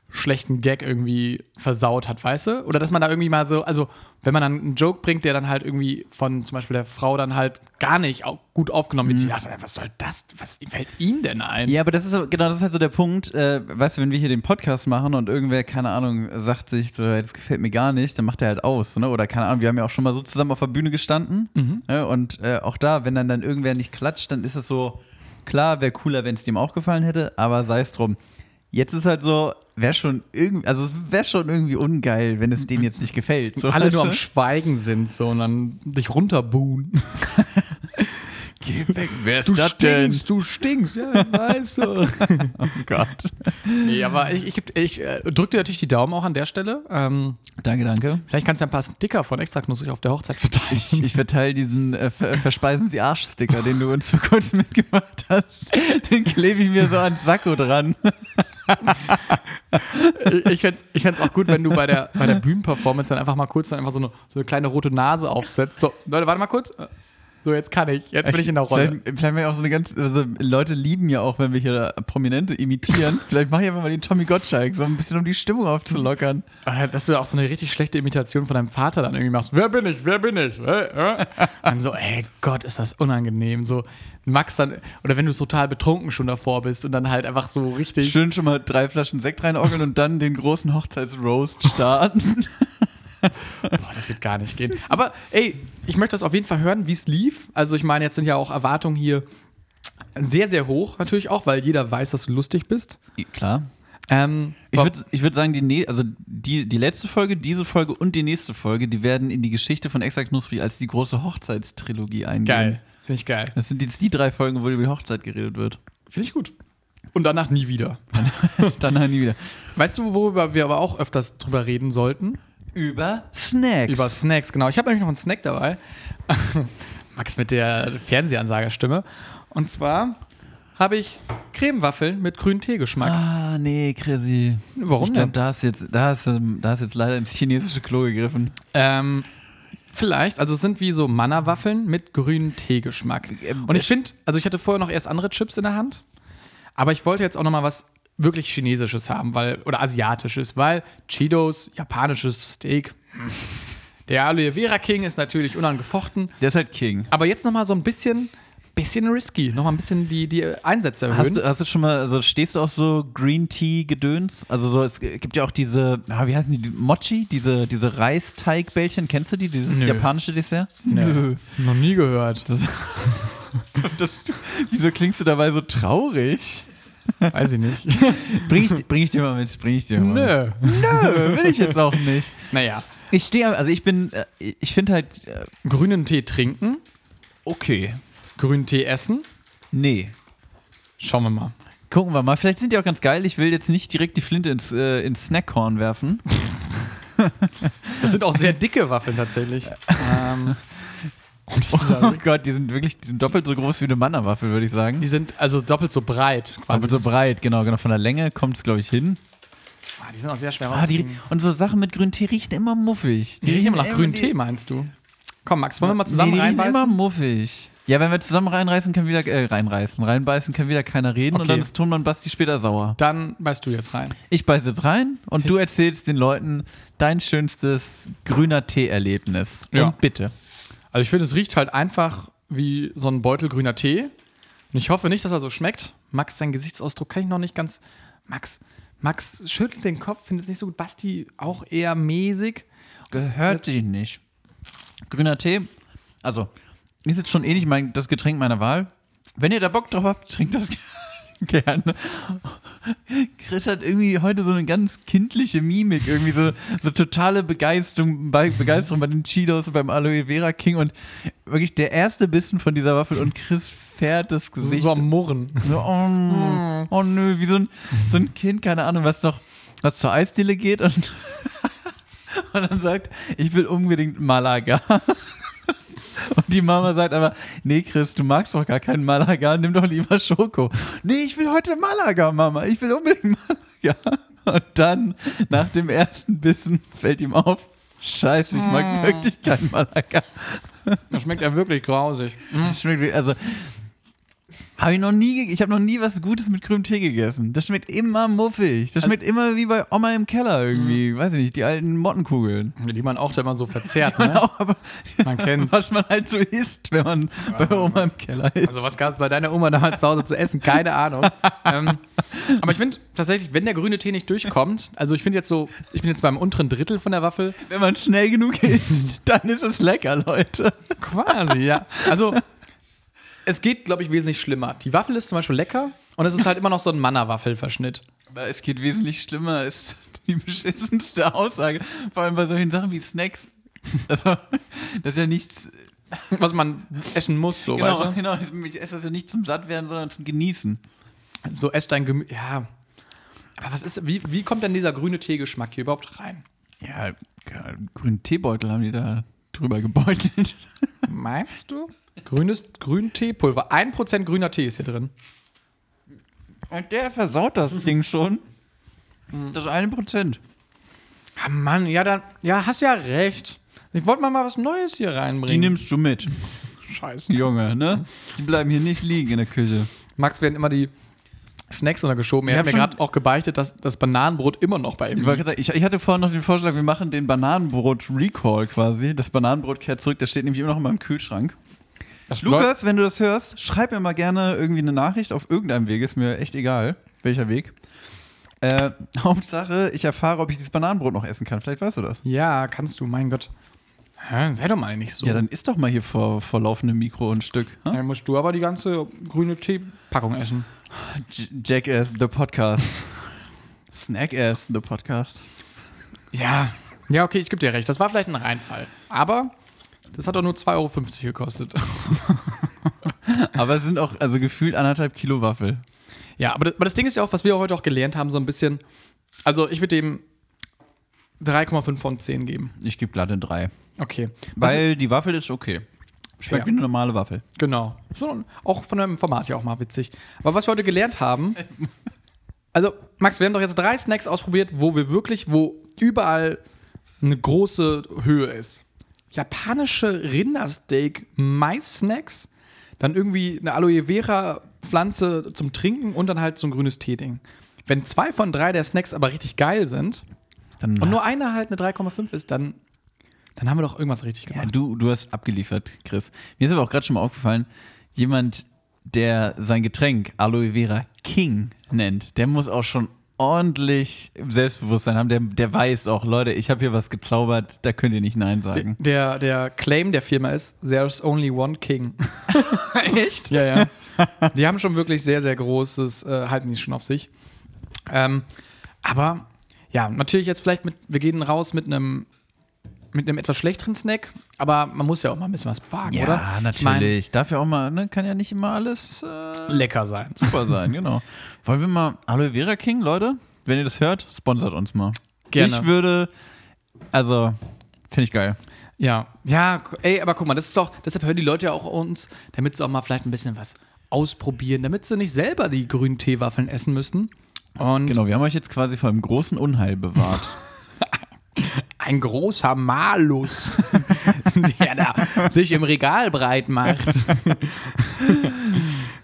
S3: schlechten Gag irgendwie versaut hat, weißt du? Oder dass man da irgendwie mal so, also wenn man dann einen Joke bringt, der dann halt irgendwie von zum Beispiel der Frau dann halt gar nicht au- gut aufgenommen wird, sie dachte, was soll das, was fällt ihm denn ein?
S2: Ja, aber das ist so, genau, das ist halt so der Punkt. Äh, weißt du, wenn wir hier den Podcast machen und irgendwer, keine Ahnung, sagt sich, so, "Ey, das gefällt mir gar nicht, dann macht er halt aus. Ne? Oder keine Ahnung, wir haben ja auch schon mal so zusammen auf der Bühne gestanden.
S3: Mhm.
S2: Ne? Und äh, auch da, wenn dann, dann irgendwer nicht klatscht, dann ist es so, klar, wäre cooler, wenn es dem auch gefallen hätte, aber sei es drum. Jetzt ist halt so, wäre schon irgendwie, also es wäre schon irgendwie ungeil, wenn es denen jetzt nicht gefällt. So,
S3: Alle
S2: weißt
S3: nur
S2: du?
S3: am Schweigen sind so und dann dich runterbuhen.
S2: Geh weg, wer ist
S3: *laughs* du stinkst, ja, weißt du.
S2: Oh Gott.
S3: *laughs* nee, aber ich, ich, ich äh, drück dir natürlich die Daumen auch an der Stelle. Ähm,
S2: Danke, danke.
S3: Vielleicht kannst du ja ein paar Sticker von extra knusprig auf der Hochzeit verteilen.
S2: Ich, ich verteile diesen äh, Ver Verspeisen Sie Arsch-Sticker, den du uns vor kurzem mitgemacht hast. Den klebe ich mir so ans Sakko dran.
S3: Äh, ich fände es auch gut, wenn du bei der, bei der Bühnenperformance dann einfach mal kurz dann einfach so eine, so eine kleine rote Nase aufsetzt. So, Leute, warte mal kurz. So, jetzt kann ich. Jetzt bin ich in der Rolle.
S2: Vielleicht, vielleicht mach ich auch so eine ganz. Also Leute lieben ja auch, wenn wir hier Prominente imitieren. vielleicht mache ich einfach mal den Tommy Gottschalk, so ein bisschen, um die Stimmung aufzulockern.
S3: Äh, Dass du auch so eine richtig schlechte Imitation von deinem Vater dann irgendwie machst. Wer bin ich? Wer bin ich? Äh, äh. Dann so, ey Gott, ist das unangenehm. So, Max dann, oder wenn du total betrunken schon davor bist und dann halt einfach so richtig.
S2: Schön schon mal drei Flaschen Sekt reinorgeln und dann den großen Hochzeitsroast starten.
S3: Boah, das wird gar nicht gehen. Aber ey, ich möchte das auf jeden Fall hören, wie es lief. Also ich meine, jetzt sind ja auch Erwartungen hier sehr, sehr hoch natürlich auch, weil jeder weiß, dass du lustig bist.
S2: Klar.
S3: Ähm,
S2: Ich
S3: aber-
S2: würde ich würd sagen, die, nä- also die, die letzte Folge, diese Folge und die nächste Folge, die werden in die Geschichte von Extra Knusprig als die große Hochzeitstrilogie eingehen.
S3: geil. Finde ich geil.
S2: Das sind jetzt die drei Folgen, wo über die Hochzeit geredet wird. *laughs*
S3: Finde ich gut. Und danach nie wieder.
S2: Dann halt nie wieder.
S3: Weißt du, worüber wir aber auch öfters drüber reden sollten?
S2: Über Snacks.
S3: Über Snacks, genau. Ich habe nämlich noch einen Snack dabei. *laughs* Max mit der Fernsehansagerstimme. Und zwar habe ich Cremewaffeln mit grünem Teegeschmack.
S2: ah, nee, crazy.
S3: Warum
S2: Ich glaube,
S3: denn?
S2: da ist jetzt, da ist, ähm, da ist jetzt leider ins chinesische Klo gegriffen.
S3: Ähm, vielleicht. Also es sind wie so Manna-Waffeln mit grünem Teegeschmack.
S2: Ähm,
S3: Und ich finde, also ich hatte vorher noch erst andere Chips in der Hand, aber ich wollte jetzt auch noch mal was wirklich Chinesisches haben, weil, oder Asiatisches, weil Cheetos, japanisches Steak, hm. der Aloe Vera King ist natürlich unangefochten.
S2: Der ist halt King.
S3: Aber jetzt noch mal so ein bisschen, bisschen risky, noch mal ein bisschen die, die Einsätze erhöhen.
S2: Hast du, hast du schon mal, also stehst du auf so Green Tea-Gedöns? Also so, es gibt ja auch diese, ah, wie heißen die, die Mochi, diese, diese Reisteigbällchen, kennst du die? Dieses
S3: Nö.
S2: japanische Dessert?
S3: Nö. Noch nie gehört.
S2: Das, wieso klingst du dabei so traurig?
S3: weiß ich nicht.
S2: Bring ich, bring ich dir mal mit, bring ich dir mal mit.
S3: Nö.
S2: Nö, will ich jetzt auch nicht.
S3: Naja,
S2: Ich stehe, also ich bin, äh, ich finde halt, äh,
S3: grünen Tee trinken,
S2: okay,
S3: grünen Tee essen.
S2: nee.
S3: Schauen wir mal.
S2: Gucken wir mal, vielleicht sind die auch ganz geil. Ich will jetzt nicht direkt die Flinte ins, äh, ins Snackhorn werfen.
S3: Das sind auch sehr dicke Waffeln *laughs* tatsächlich. ähm, und *laughs* die,
S2: Oh
S3: sind,
S2: Gott, die sind wirklich die sind doppelt so groß wie eine Mannerwaffel, würde ich sagen.
S3: die sind also doppelt so breit. Quasi.
S2: Aber so breit, genau, genau. Von der Länge kommt es, glaube ich, hin.
S3: Ah, die sind auch sehr schwer
S2: Ah, die,
S3: rauszukriegen.
S2: und so Sachen mit grünem Tee riechen immer muffig.
S3: die riechen immer nach grünem
S2: die-
S3: Tee, meinst du? Komm, Max, wollen wir mal zusammen
S2: nee, die riechen
S3: reinbeißen?
S2: immer muffig. Ja, wenn wir zusammen reinreißen, kann wieder, äh, reinreißen, reinbeißen, kann wieder keiner reden und
S3: Okay.
S2: dann ist Tonmann Basti später sauer.
S3: Dann beißt du jetzt rein.
S2: Ich beiße jetzt rein und
S3: *laughs*
S2: du erzählst den Leuten dein schönstes grüner Tee-Erlebnis.
S3: Ja.
S2: Und bitte.
S3: Also ich finde, es riecht halt einfach wie so ein Beutel grüner Tee. Und ich hoffe nicht, dass er so schmeckt. Max, sein Gesichtsausdruck kann ich noch nicht ganz. Max, Max schüttelt den Kopf, findet es nicht so gut. Basti auch eher mäßig.
S2: Gehört sich nicht. Grüner Tee, also ist jetzt schon eh nicht mein, das Getränk meiner Wahl. Wenn ihr da Bock drauf habt, trinkt das *laughs* gerne. Chris hat irgendwie heute so eine ganz kindliche Mimik, irgendwie so, so totale Begeisterung bei, Begeisterung bei den Cheetos und beim Aloe Vera King und wirklich der erste Bissen von dieser Waffel und Chris fährt das Gesicht.
S3: So am *laughs* Murren.
S2: So, oh, oh nö, wie so ein, so ein Kind, keine Ahnung, was noch was zur Eisdiele geht und *laughs* und dann sagt, ich will unbedingt Malaga. *laughs* Und die Mama sagt aber, nee Chris, du magst doch gar keinen Malaga, nimm doch lieber Schoko. Nee, ich will heute Malaga, Mama, ich will unbedingt Malaga. *laughs* Und dann, nach dem ersten Bissen, fällt ihm auf, scheiße, ich mag wirklich keinen Malaga.
S3: Das schmeckt ja wirklich grausig. Mm.
S2: Das *laughs* schmeckt wie, also habe ich noch nie, geg- ich habe noch nie was Gutes mit grünem Tee gegessen. Das schmeckt immer muffig. Das schmeckt immer wie bei Oma im Keller irgendwie, weiß ich nicht, die alten Mottenkugeln.
S3: Die man auch immer so
S2: *laughs*
S3: verzehrt,
S2: Man,
S3: ne?
S2: auch, aber,
S3: Man kennt's.
S2: was man halt so isst, wenn man bei Oma im Keller ist.
S3: Also was gab es bei deiner Oma damals zu Hause zu essen? Keine Ahnung. ähm, aber ich finde tatsächlich, wenn der grüne Tee nicht durchkommt, also ich finde jetzt so, ich bin jetzt beim unteren Drittel von der Waffel,
S2: Wenn man schnell genug *laughs* isst, dann ist es lecker, Leute.
S3: Quasi, ja. Also, es geht, glaube ich, wesentlich schlimmer. Die Waffel ist zum Beispiel lecker und es ist halt immer noch so ein Manna-Waffelverschnitt.
S2: Aber es geht wesentlich schlimmer, ist die beschissenste Aussage. Vor allem bei solchen Sachen wie Snacks. Also, das ist ja nichts.
S3: Was man essen muss, so,
S2: Genau,
S3: weißt
S2: genau ich esse das ja nicht zum Sattwerden, sondern zum Genießen.
S3: du? So esst dein Gemüse. Ja. Aber was ist, wie, wie kommt denn dieser grüne Teegeschmack hier überhaupt rein?
S2: Ja, keine- grünen Teebeutel haben die da drüber gebeutelt.
S3: Meinst du? Grünes Grünteepulver. 1% grüner Tee ist hier drin.
S2: Und der versaut das Ding schon. Hm. Das eine Prozent.
S3: Ah, Mann, ja, dann, ja, hast ja recht. Ich wollte mal, mal was Neues hier
S2: Die
S3: reinbringen.
S2: nimmst du mit,
S3: Scheiße.
S2: Junge, ne? Die bleiben hier nicht liegen in der Küche.
S3: Max werden immer die Snacks untergeschoben. Er
S2: Wir
S3: hat mir
S2: haben schon-
S3: gerade auch gebeichtet, dass das Bananenbrot immer noch bei ihm
S2: Ich,
S3: liegt.
S2: wollte gerade sagen, ich, ich hatte vorhin noch den Vorschlag, wir machen den Bananenbrot-Recall quasi. Das Bananenbrot kehrt zurück, das steht nämlich immer noch in meinem Kühlschrank.
S3: Das läuft-
S2: Lukas, wenn du das hörst, schreib mir mal gerne irgendwie eine Nachricht auf irgendeinem Weg, ist mir echt egal, welcher Weg. Äh, *laughs* Hauptsache, ich erfahre, ob ich dieses Bananenbrot noch essen kann. Vielleicht weißt du das.
S3: Ja, kannst du, mein Gott. Hä, sei doch mal nicht so.
S2: Ja, dann isst doch mal hier vor, vor laufendem Mikro ein Stück. Hm?
S3: Dann musst du aber die ganze grüne Teepackung essen.
S2: J- Jackass, the Podcast. Snackass, the Podcast.
S3: Ja. Ja, okay, ich gebe dir recht. Das war vielleicht ein Reinfall. Aber das hat doch nur 2,50 Euro gekostet.
S2: Aber es sind auch, also gefühlt anderthalb Kilo Waffel.
S3: Ja, aber das, aber das Ding ist ja auch, was wir heute auch gelernt haben, so ein bisschen. Also, ich würde dem 3,5 von 10 geben. Also
S2: Ich gebe glatte drei.
S3: Okay. Was-
S2: Weil die Waffel ist okay. Schmeckt
S3: Ja.
S2: wie eine normale Waffel.
S3: Genau. So, auch von einem Format ja auch mal witzig. Aber was wir heute gelernt haben, also Max, wir haben doch jetzt drei Snacks ausprobiert, wo wir wirklich, wo überall eine große Höhe ist. Japanische Rindersteak Mais-Snacks, dann irgendwie eine Aloe Vera Pflanze zum Trinken und dann halt so ein grünes Teeding. Wenn zwei von drei der Snacks aber richtig geil sind
S2: Dann
S3: und nur einer halt eine 3,5 ist, dann, dann haben wir doch irgendwas richtig
S2: ja,
S3: gemacht.
S2: du, du hast abgeliefert, Chris. Mir ist aber auch gerade schon mal aufgefallen, jemand, der sein Getränk Aloe Vera King nennt, der muss auch schon ordentlich Selbstbewusstsein haben. Der, der weiß auch, Leute, ich habe hier was gezaubert, da könnt ihr nicht Nein sagen.
S3: Der, der Claim der Firma ist, there's only one *laughs* king.
S2: Echt?
S3: Ja, ja. Die haben schon wirklich sehr, sehr großes, äh, halten die schon auf sich. Ähm, aber ja, natürlich jetzt vielleicht mit, wir gehen raus mit einem mit einem etwas schlechteren Snack, aber man muss ja auch mal ein bisschen was wagen,
S2: Ja,
S3: oder? Ich mein,
S2: natürlich. Darf ja auch mal, ne? Kann ja nicht immer alles äh,
S3: lecker sein.
S2: super sein, *laughs* genau. Wollen wir mal Aloe Vera King, Leute? Wenn ihr das hört, sponsert uns mal.
S3: Gerne.
S2: Ich würde, also, finde ich geil.
S3: Ja, ja, gu- ey, aber guck mal, das ist doch, deshalb hören die Leute ja auch uns, damit sie auch mal vielleicht ein bisschen was ausprobieren, damit sie nicht selber die grünen Teewaffeln essen müssen. Und
S2: Genau, wir haben euch jetzt quasi vor einem großen Unheil bewahrt.
S3: *laughs* ein großer Malus, *laughs* der da sich im Regal breit *laughs* macht.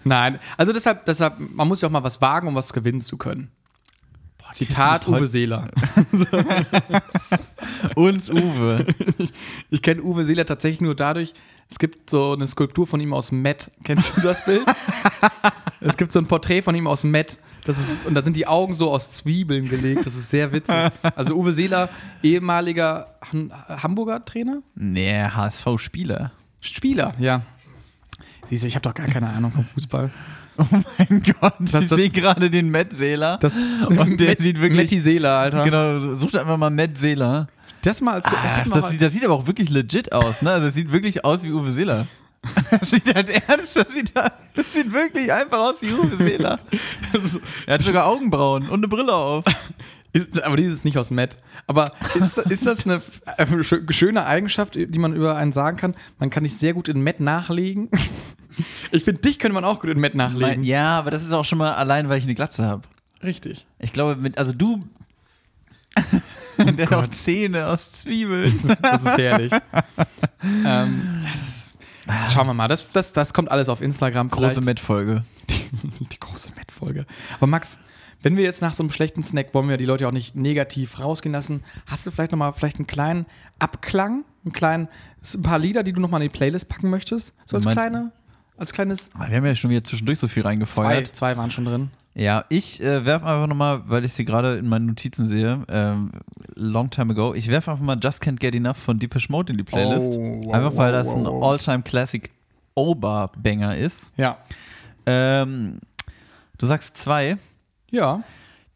S3: Nein, also deshalb, deshalb, man muss ja auch mal was wagen, um was gewinnen zu können. Zitat
S2: du bist
S3: Uwe
S2: heute-
S3: Seeler.
S2: Uns Uwe.
S3: *laughs* Ich kenne Uwe Seeler tatsächlich nur dadurch, es gibt so eine Skulptur von ihm aus Matt. Kennst du das Bild? es gibt so ein Porträt von ihm aus Matt. Das ist, und da sind die Augen so aus Zwiebeln gelegt. Das ist sehr witzig. Also Uwe Seeler, ehemaliger Han Hamburger Trainer?
S2: Nee, HSV-Spieler.
S3: Spieler, ja. Siehst du, ich habe doch gar keine Ahnung vom Fußball.
S2: Mein Gott, ich
S3: das-
S2: sehe gerade den Matt Seeler.
S3: *laughs* Das,
S2: Und der sieht wirklich-
S3: Matti Seeler, Alter.
S2: genau, sucht einfach mal Matt Seeler.
S3: Das mal als. Ah, das
S2: Ach,
S3: hat man
S2: Ah, das,
S3: mal-
S2: sieht, das sieht aber auch wirklich legit aus, ne? Also, Das sieht wirklich aus wie Uwe Seeler. *laughs* Das sieht halt ernst, das sieht, das sieht *laughs* wirklich einfach aus wie Uwe Seeler. Er hat sogar Augenbrauen und eine Brille auf.
S3: Ist, aber die ist nicht aus Matt. Aber ist, ist das eine f- äh, schö- schöne Eigenschaft, die man über einen sagen kann? Man kann dich sehr gut in Matt nachlegen. *laughs* Ich finde, dich könnte man auch gut in Matt nachlegen.
S2: Ja, aber das ist auch schon mal allein, weil ich eine Glatze habe.
S3: Richtig.
S2: Ich glaube, mit, also *laughs* du. der hat auch Zähne aus Zwiebeln.
S3: Das ist *laughs* herrlich. ähm, ja, das, schauen wir mal. Das, das, das kommt alles auf Instagram.
S2: Große
S3: Vielleicht-
S2: Met-Folge.
S3: Die, *laughs* die große Met-Folge. Aber Max, wenn wir jetzt nach so einem schlechten Snack, wollen wir die Leute auch nicht negativ rausgehen lassen. Hast du vielleicht nochmal vielleicht einen kleinen Abklang, einen kleinen, s- ein paar Lieder, die du nochmal in die Playlist packen möchtest? So als
S2: Du meinst-
S3: kleine, als kleines.
S2: Ah, Wir haben ja schon wieder zwischendurch so viel
S3: Zwei,
S2: reingefeuert.
S3: zwei waren schon drin.
S2: Ja, ich äh, werfe einfach nochmal, weil ich sie gerade in meinen Notizen sehe, ähm, long time ago, ich werfe einfach mal Just Can't Get Enough von Deepish Mode in die Playlist.
S3: Oh, wow,
S2: einfach weil
S3: wow,
S2: das
S3: wow,
S2: ein
S3: wow.
S2: All-Time-Classic Oberbanger ist.
S3: Ja.
S2: Ähm, du sagst zwei,
S3: Ja.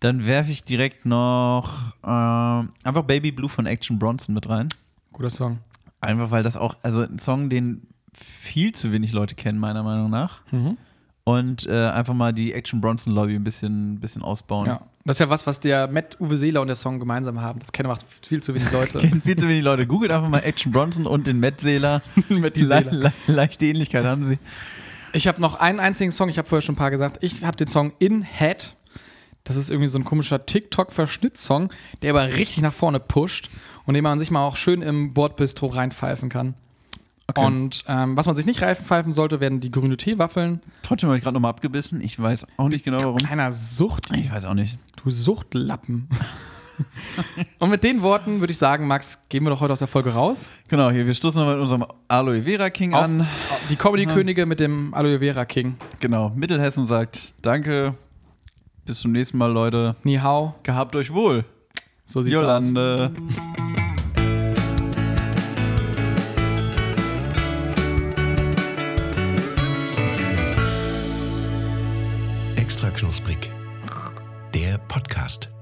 S2: dann werfe ich direkt noch ähm, einfach Baby Blue von Action Bronson mit rein.
S3: Guter Song.
S2: Einfach weil das auch, also ein Song, den viel zu wenig Leute kennen, meiner Meinung nach.
S3: Mhm.
S2: Und äh, einfach mal die Action Bronson Lobby ein bisschen, bisschen ausbauen.
S3: Ja. Das ist ja was, was der Matt Uwe Seeler und der Song gemeinsam haben. Das kennen aber viel zu wenig
S2: *laughs*
S3: Leute.
S2: Kennen viel zu wenig Leute. Googelt einfach mal Action Bronson und den Matt Seeler.
S3: Matt
S2: Die le
S3: Seeler.
S2: le leichte Ähnlichkeit haben sie.
S3: Ich habe noch einen einzigen Song, ich habe vorher schon ein paar gesagt. Ich habe den Song In Head. Das ist irgendwie so ein komischer TikTok-Verschnitt-Song, der aber richtig nach vorne pusht und den man sich mal auch schön im Bordbistro reinpfeifen kann. Und ähm, was man sich nicht reinpfeifen sollte, werden die grüne Teewaffeln.
S2: Trotzdem habe ich gerade nochmal abgebissen. Ich weiß auch nicht genau warum.
S3: Kleiner Sucht,
S2: Ich weiß auch nicht.
S3: du Suchtlappen. *laughs* und mit den Worten würde ich sagen, Max, gehen wir doch heute aus der Folge raus.
S2: Genau, hier, wir stoßen nochmal mit unserem Aloe Vera King
S3: Auf-
S2: an.
S3: Die Comedy-Könige mit dem Aloe Vera King.
S2: Genau, Mittelhessen sagt Danke. Bis zum nächsten Mal, Leute.
S3: Ni hao.
S2: Gehabt euch wohl.
S3: So sieht's aus.
S2: Jolande.
S1: Extra knusprig. Der Podcast.